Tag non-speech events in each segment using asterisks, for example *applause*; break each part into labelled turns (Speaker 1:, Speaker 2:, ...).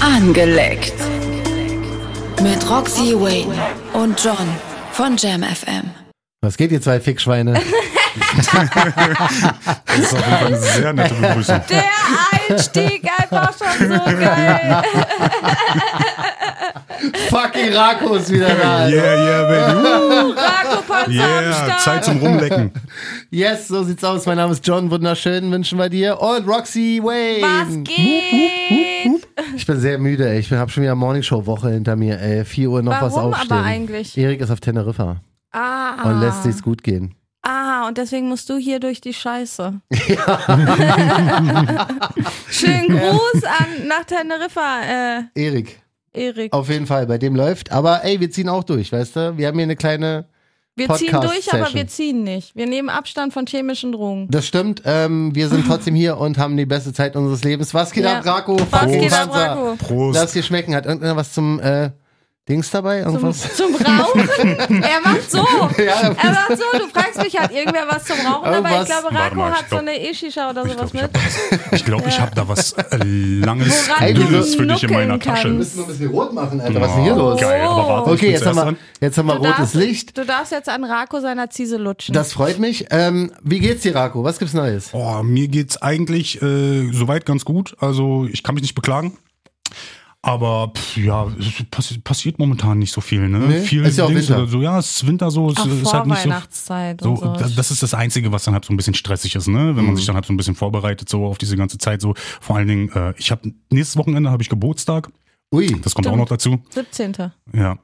Speaker 1: Angeleckt. Mit Roxy Wayne und John von Jam FM.
Speaker 2: Was geht, ihr zwei
Speaker 3: *laughs*
Speaker 2: Fickschweine?
Speaker 4: Das ist auf jeden Fall eine sehr nette Begrüßung.
Speaker 3: *laughs* Der Einstieg einfach schon so geil.
Speaker 2: Fucking Rako ist
Speaker 3: *laughs*
Speaker 2: wieder da.
Speaker 4: Yeah,
Speaker 2: Alter.
Speaker 4: yeah, baby.
Speaker 3: Marco Panzer
Speaker 4: Yeah,
Speaker 3: am
Speaker 4: Zeit
Speaker 3: Start.
Speaker 4: zum Rumlecken.
Speaker 2: Yes, so sieht's aus. Mein Name ist John. Wunderschön wünschen wir dir. Und Roxy Wayne.
Speaker 3: Was geht?
Speaker 2: Ich bin sehr müde. ey. Ich bin, hab schon wieder Morningshow-Woche hinter mir. Ey. 4 Uhr noch was
Speaker 3: Warum aber
Speaker 2: aufstehen.
Speaker 3: eigentlich?
Speaker 2: Erik ist auf Teneriffa
Speaker 3: Ah,
Speaker 2: und lässt sich's gut gehen.
Speaker 3: ah, und deswegen musst du hier durch
Speaker 4: *laughs*
Speaker 3: die Scheiße. Schönen Gruß an nach Teneriffa, äh,
Speaker 2: Erik,
Speaker 3: Erik.
Speaker 2: auf jeden Fall. Bei dem läuft. Aber ey, wir ziehen auch durch, weißt du? Wir haben hier eine kleine.
Speaker 3: Wir ziehen durch,
Speaker 2: Podcast-Session.
Speaker 3: aber wir ziehen nicht. Wir nehmen Abstand von chemischen Drogen.
Speaker 2: Das stimmt. Ähm, wir sind trotzdem hier und haben die beste Zeit unseres Lebens. Was geht
Speaker 3: Ja.
Speaker 2: ab, Rako?
Speaker 3: Was
Speaker 2: Fucking
Speaker 3: geht ab,
Speaker 2: Panzer.
Speaker 3: Marco?
Speaker 2: Lass
Speaker 4: Prost.
Speaker 2: dir schmecken. Hat irgendeiner was zum äh, Dings dabei?
Speaker 3: Zum,
Speaker 2: Irgendwas?
Speaker 3: zum Rauchen? er
Speaker 4: *laughs*
Speaker 3: macht so.
Speaker 2: Ja,
Speaker 3: er macht so. Du fragst mich, hat irgendwer was zum Rauchen? Aber
Speaker 2: Irgendwas.
Speaker 3: ich glaube,
Speaker 4: Warte
Speaker 3: Rako
Speaker 4: mal, ich
Speaker 3: hat so
Speaker 4: glaub-
Speaker 3: eine E-Shisha oder
Speaker 4: Ich
Speaker 3: sowas
Speaker 4: glaube, ich
Speaker 3: mit.
Speaker 4: habe da was, ich glaub, ich hab da was äh, Langes,
Speaker 3: Woran
Speaker 4: Dünnes
Speaker 2: du
Speaker 4: für dich in meiner
Speaker 3: nuckeln
Speaker 4: Tasche.
Speaker 3: kannst. Oh.
Speaker 2: müssen noch ein bisschen rot machen, Alter. Was ist denn hier los?
Speaker 4: Oh, Geil, aber warte, ich
Speaker 2: Okay,
Speaker 4: bin
Speaker 2: jetzt haben,
Speaker 4: zuerst
Speaker 2: wir,
Speaker 4: dran.
Speaker 2: jetzt haben wir
Speaker 3: Du
Speaker 2: rotes
Speaker 3: darfst-
Speaker 2: Licht.
Speaker 3: Du darfst jetzt an Rako seiner Ziese lutschen.
Speaker 2: Das freut mich. Ähm, wie geht's dir, Rako? Was gibt's Neues?
Speaker 4: Oh, mir geht's eigentlich äh, soweit ganz gut. Also ich kann mich nicht beklagen. Aber pff, ja, es passi passiert momentan nicht so viel. Ne?
Speaker 2: Nee,
Speaker 4: viel
Speaker 2: ist ja auch
Speaker 4: Dings
Speaker 2: Winter.
Speaker 4: oder So, ja, es ist Winter so. Es
Speaker 3: Ach,
Speaker 4: ist halt nicht so,
Speaker 3: Vorweihnachtszeit
Speaker 4: So,
Speaker 3: und so.
Speaker 4: da- das ist das Einzige, was dann halt so ein bisschen stressig ist, ne? Wenn
Speaker 2: Mhm.
Speaker 4: man sich dann halt so ein bisschen vorbereitet, so auf diese ganze Zeit. So, vor allen Dingen, äh, ich habe nächstes Wochenende habe ich Geburtstag.
Speaker 2: Ui,
Speaker 4: Das kommt auch noch dazu.
Speaker 3: 17.
Speaker 4: Ja.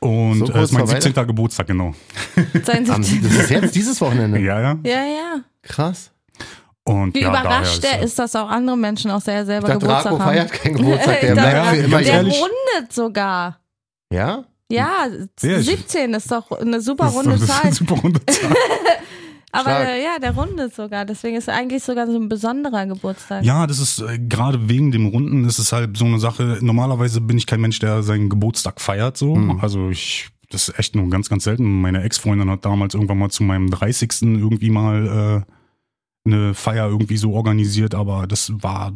Speaker 4: Und
Speaker 2: So kurz
Speaker 4: äh, ist
Speaker 2: vor
Speaker 4: mein
Speaker 2: Weihnachten?
Speaker 4: 17. Geburtstag, genau.
Speaker 3: Sein
Speaker 2: am,
Speaker 3: 17.
Speaker 2: das ist jetzt dieses Wochenende.
Speaker 4: *laughs* Ja, ja.
Speaker 3: Ja, ja.
Speaker 2: Krass.
Speaker 4: Und
Speaker 3: Wie
Speaker 4: ja,
Speaker 3: überrascht
Speaker 4: daher
Speaker 3: er ist, dass auch andere Menschen auch sehr
Speaker 2: Ich
Speaker 3: selber
Speaker 2: dachte,
Speaker 3: Geburtstag
Speaker 2: Rako
Speaker 3: haben.
Speaker 2: feiert keinen
Speaker 3: *laughs*
Speaker 2: Geburtstag. Der
Speaker 3: Ich dachte,
Speaker 2: bleibt für immer
Speaker 3: der
Speaker 2: jung.
Speaker 4: ehrlich-
Speaker 3: rundet sogar.
Speaker 2: Ja?
Speaker 3: Ja,
Speaker 4: Ja, ich-
Speaker 3: 17 ist doch eine super
Speaker 4: Das ist-
Speaker 3: runde
Speaker 4: *laughs* das ist eine
Speaker 3: Zahl.
Speaker 4: super runde Zahl.
Speaker 3: Aber
Speaker 2: Stark.
Speaker 3: äh, ja, der rundet sogar. Deswegen ist er eigentlich sogar so ein besonderer Geburtstag.
Speaker 4: Ja, das ist äh, gerade wegen dem Runden, das ist halt so eine Sache. Normalerweise bin ich kein Mensch, der seinen Geburtstag feiert, so. Also ich, das ist echt nur ganz, ganz selten. Meine Ex-Freundin hat damals irgendwann mal zu meinem 30. irgendwie mal äh, eine Feier irgendwie so organisiert, aber das war,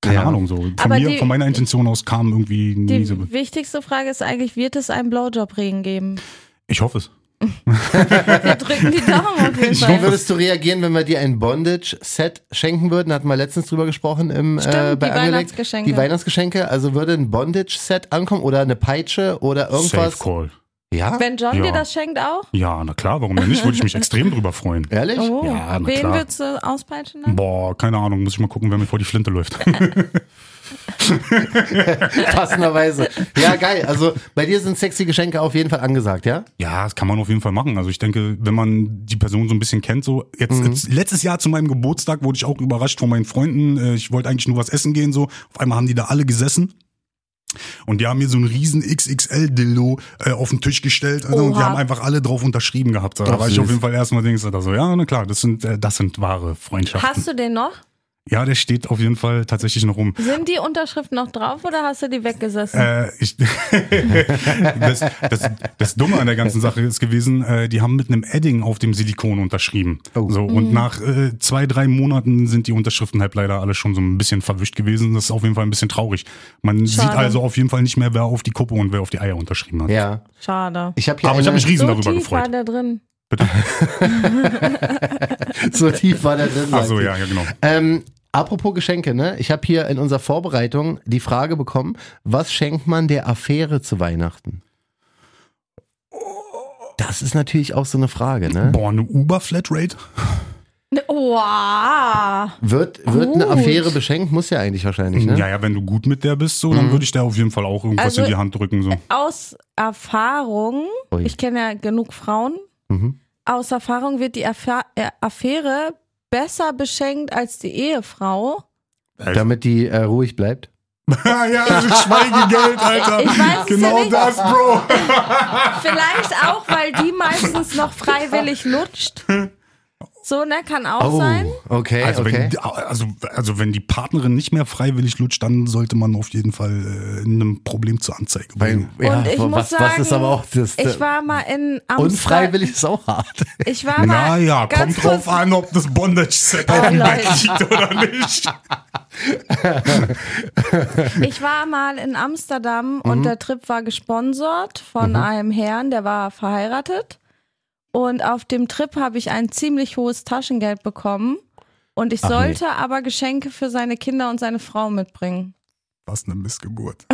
Speaker 4: keine
Speaker 2: Ja.
Speaker 4: Ahnung, so. Von
Speaker 3: Aber
Speaker 4: mir,
Speaker 3: die-
Speaker 4: von meiner Intention aus kam irgendwie nie so.
Speaker 3: Die wichtigste Frage ist eigentlich, wird es einen Blowjob-Regen geben? *laughs*
Speaker 4: Ich hoffe es.
Speaker 3: Wir drücken die Daumen auf jeden
Speaker 4: Ich
Speaker 2: Wie
Speaker 3: Fall.
Speaker 4: hoffe-
Speaker 2: würdest du reagieren, wenn wir dir ein Bondage-Set schenken würden? Hatten wir letztens drüber gesprochen im
Speaker 3: Stimmt,
Speaker 2: äh, bei
Speaker 3: die
Speaker 2: Angelegt.
Speaker 3: Weihnachtsgeschenke.
Speaker 2: Die Weihnachtsgeschenke. Also würde ein Bondage-Set ankommen oder eine Peitsche oder irgendwas?
Speaker 4: Safe Call.
Speaker 2: Ja?
Speaker 3: Wenn John
Speaker 4: Ja.
Speaker 3: dir das schenkt auch?
Speaker 4: Ja, na klar, warum denn nicht? Würde ich mich extrem drüber freuen.
Speaker 2: Ehrlich?
Speaker 3: Oh,
Speaker 4: Ja, na
Speaker 3: wen
Speaker 4: klar.
Speaker 3: würdest du auspeitschen dann?
Speaker 4: Boah, keine Ahnung, muss ich mal gucken, wer mir vor die Flinte läuft.
Speaker 2: Passenderweise. Ja, geil. Also bei dir sind sexy Geschenke auf jeden Fall angesagt, ja?
Speaker 4: Ja, das kann man auf jeden Fall machen. Also ich denke, wenn man die Person so ein bisschen kennt, so jetzt, jetzt letztes Jahr zu meinem Geburtstag wurde ich auch überrascht von meinen Freunden. Äh, Ich wollte eigentlich nur was essen gehen, so. Auf einmal haben die da alle gesessen. Und die haben mir so einen riesen XXL-Dildo äh, auf den Tisch gestellt Alter, und die
Speaker 3: Oha.
Speaker 4: haben einfach alle drauf unterschrieben gehabt. Da
Speaker 2: Ach,
Speaker 4: war ich
Speaker 2: süß.
Speaker 4: auf jeden Fall erstmal denkst du da so, ja, na klar, das sind, äh, das sind wahre Freundschaften.
Speaker 3: Hast du den noch?
Speaker 4: ja, der steht auf jeden Fall tatsächlich noch rum.
Speaker 3: Sind die Unterschriften noch drauf oder hast du die weggesessen?
Speaker 4: Äh, ich, *laughs* das, das, das Dumme an der ganzen Sache ist gewesen, äh, die haben mit einem Edding auf dem Silikon unterschrieben.
Speaker 2: Oh.
Speaker 4: So,
Speaker 3: Mhm.
Speaker 4: und nach äh, zwei, drei Monaten sind die Unterschriften halt leider alle schon so ein bisschen verwischt gewesen. Das ist auf jeden Fall ein bisschen traurig. Man
Speaker 3: Schade.
Speaker 4: sieht also auf jeden Fall nicht mehr, wer auf die Kuppe und wer auf die Eier unterschrieben hat.
Speaker 2: Ja.
Speaker 3: Schade.
Speaker 2: Ich habe hier
Speaker 4: Aber
Speaker 2: eine,
Speaker 4: ich habe mich riesen
Speaker 3: so
Speaker 4: darüber
Speaker 3: tief war
Speaker 4: gefreut.
Speaker 3: der drin.
Speaker 2: *laughs* so tief war der drin.
Speaker 4: Ach so,
Speaker 2: sagt sie.
Speaker 4: ja, ja, genau.
Speaker 2: Ähm, apropos Geschenke, ne? Ich habe hier in unserer Vorbereitung die Frage bekommen, was schenkt man der Affäre zu Weihnachten? Das ist natürlich auch so eine Frage, ne?
Speaker 4: Boah, eine Uber-Flatrate?
Speaker 3: Ne, Wow.
Speaker 2: Wird, wird eine
Speaker 3: Gut.
Speaker 2: Affäre beschenkt? Muss ja eigentlich wahrscheinlich, ne? Mhm.
Speaker 4: Ja, ja, wenn du gut mit der bist, so, dann würde ich der auf jeden Fall auch irgendwas
Speaker 3: Also,
Speaker 4: in die Hand drücken.
Speaker 3: *laughs*
Speaker 4: So. *laughs*
Speaker 3: Aus Erfahrung,
Speaker 2: Ui.
Speaker 3: ich kenne ja genug Frauen,
Speaker 2: Mhm.
Speaker 3: aus Erfahrung wird die Affa äh, Affäre besser beschenkt als die Ehefrau.
Speaker 4: also-
Speaker 2: Damit die äh, ruhig bleibt.
Speaker 4: ja, also Schweigegeld, Alter.
Speaker 3: Ich weiß es
Speaker 4: genau
Speaker 3: ja nicht.
Speaker 4: das, Bro.
Speaker 3: Vielleicht auch, weil die meistens noch freiwillig lutscht. So, ne? Kann auch sein.
Speaker 2: Oh, okay,
Speaker 4: Also,
Speaker 2: okay.
Speaker 4: wenn, also, also wenn die Partnerin nicht mehr freiwillig lutscht, dann sollte man auf jeden Fall äh, in einem Problem zur Anzeige bringen.
Speaker 2: Weil- ja,
Speaker 3: und ich
Speaker 2: was,
Speaker 3: muss sagen,
Speaker 2: was ist aber auch das, äh,
Speaker 3: ich war mal in Amsterdam.
Speaker 2: unfreiwillig ist auch hart.
Speaker 3: Ich war mal
Speaker 4: Naja,
Speaker 3: ganz
Speaker 4: kommt drauf
Speaker 3: kurz-
Speaker 4: an, ob das Bondage-Set auf dem
Speaker 3: Leute.
Speaker 4: Bett liegt oder nicht.
Speaker 3: Ich war mal in Amsterdam
Speaker 2: Mhm.
Speaker 3: und der Trip war gesponsert von einem Herrn, der war verheiratet. Und auf dem Trip habe ich ein ziemlich hohes Taschengeld bekommen. Und ich
Speaker 2: Ach, nee.
Speaker 3: sollte aber Geschenke für seine Kinder und seine Frau mitbringen.
Speaker 4: Was eine Missgeburt.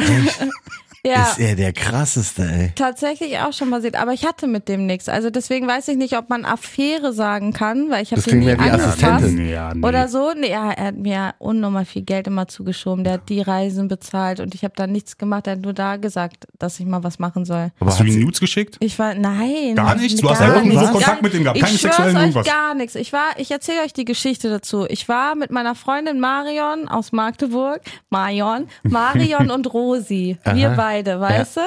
Speaker 3: Ja,
Speaker 2: Ist er der krasseste, ey.
Speaker 3: tatsächlich auch schon passiert. Aber ich hatte mit dem nichts. Also deswegen weiß ich nicht, ob man Affäre sagen kann, weil ich habe
Speaker 2: Das klingt
Speaker 3: den nie
Speaker 2: mehr wie
Speaker 3: angefasst.
Speaker 2: Assistentin.
Speaker 4: ja, nee.
Speaker 3: Oder so. Nee, ja, er hat mir unnormal viel Geld immer zugeschoben. Der hat die Reisen bezahlt und ich habe da nichts gemacht. Er hat nur da gesagt, dass ich mal was machen soll.
Speaker 2: Aber
Speaker 4: Hast du
Speaker 2: hat
Speaker 4: ihm
Speaker 2: sie,
Speaker 4: Nudes geschickt?
Speaker 3: Ich war, nein.
Speaker 4: Gar nichts? Du hast
Speaker 3: gar
Speaker 4: ja irgendwo
Speaker 3: nichts.
Speaker 4: Kontakt
Speaker 3: Gar-
Speaker 4: mit dem gehabt. Keine
Speaker 3: ich schwör's
Speaker 4: sexuellen irgendwas.
Speaker 3: Euch gar nichts. Ich war, ich erzähle euch die Geschichte dazu. Ich war mit meiner Freundin Marion aus Magdeburg,
Speaker 4: *laughs*
Speaker 3: Marion, Marion und Rosi. Wir
Speaker 2: Aha.
Speaker 3: beide, weißt du?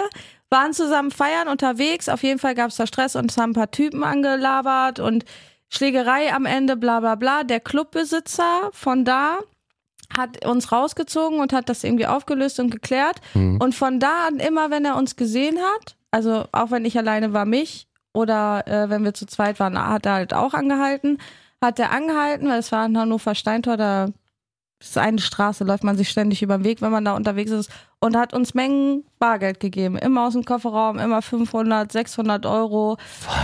Speaker 3: Waren zusammen feiern unterwegs. Auf jeden Fall gab's da Stress und es haben ein paar Typen angelabert und Schlägerei am Ende, bla bla bla. Der Clubbesitzer von da hat uns rausgezogen und hat das irgendwie aufgelöst und geklärt.
Speaker 2: Mhm.
Speaker 3: Und von da an immer, wenn er uns gesehen hat, also auch wenn ich alleine war, mich oder äh, wenn wir zu zweit waren, hat er halt auch angehalten, hat er angehalten, weil es war in Hannover Steintor, da ist eine Straße, läuft man sich ständig über den Weg, wenn man da unterwegs ist und hat uns Mengen Bargeld gegeben. Immer aus dem Kofferraum, immer 500, 600 Euro.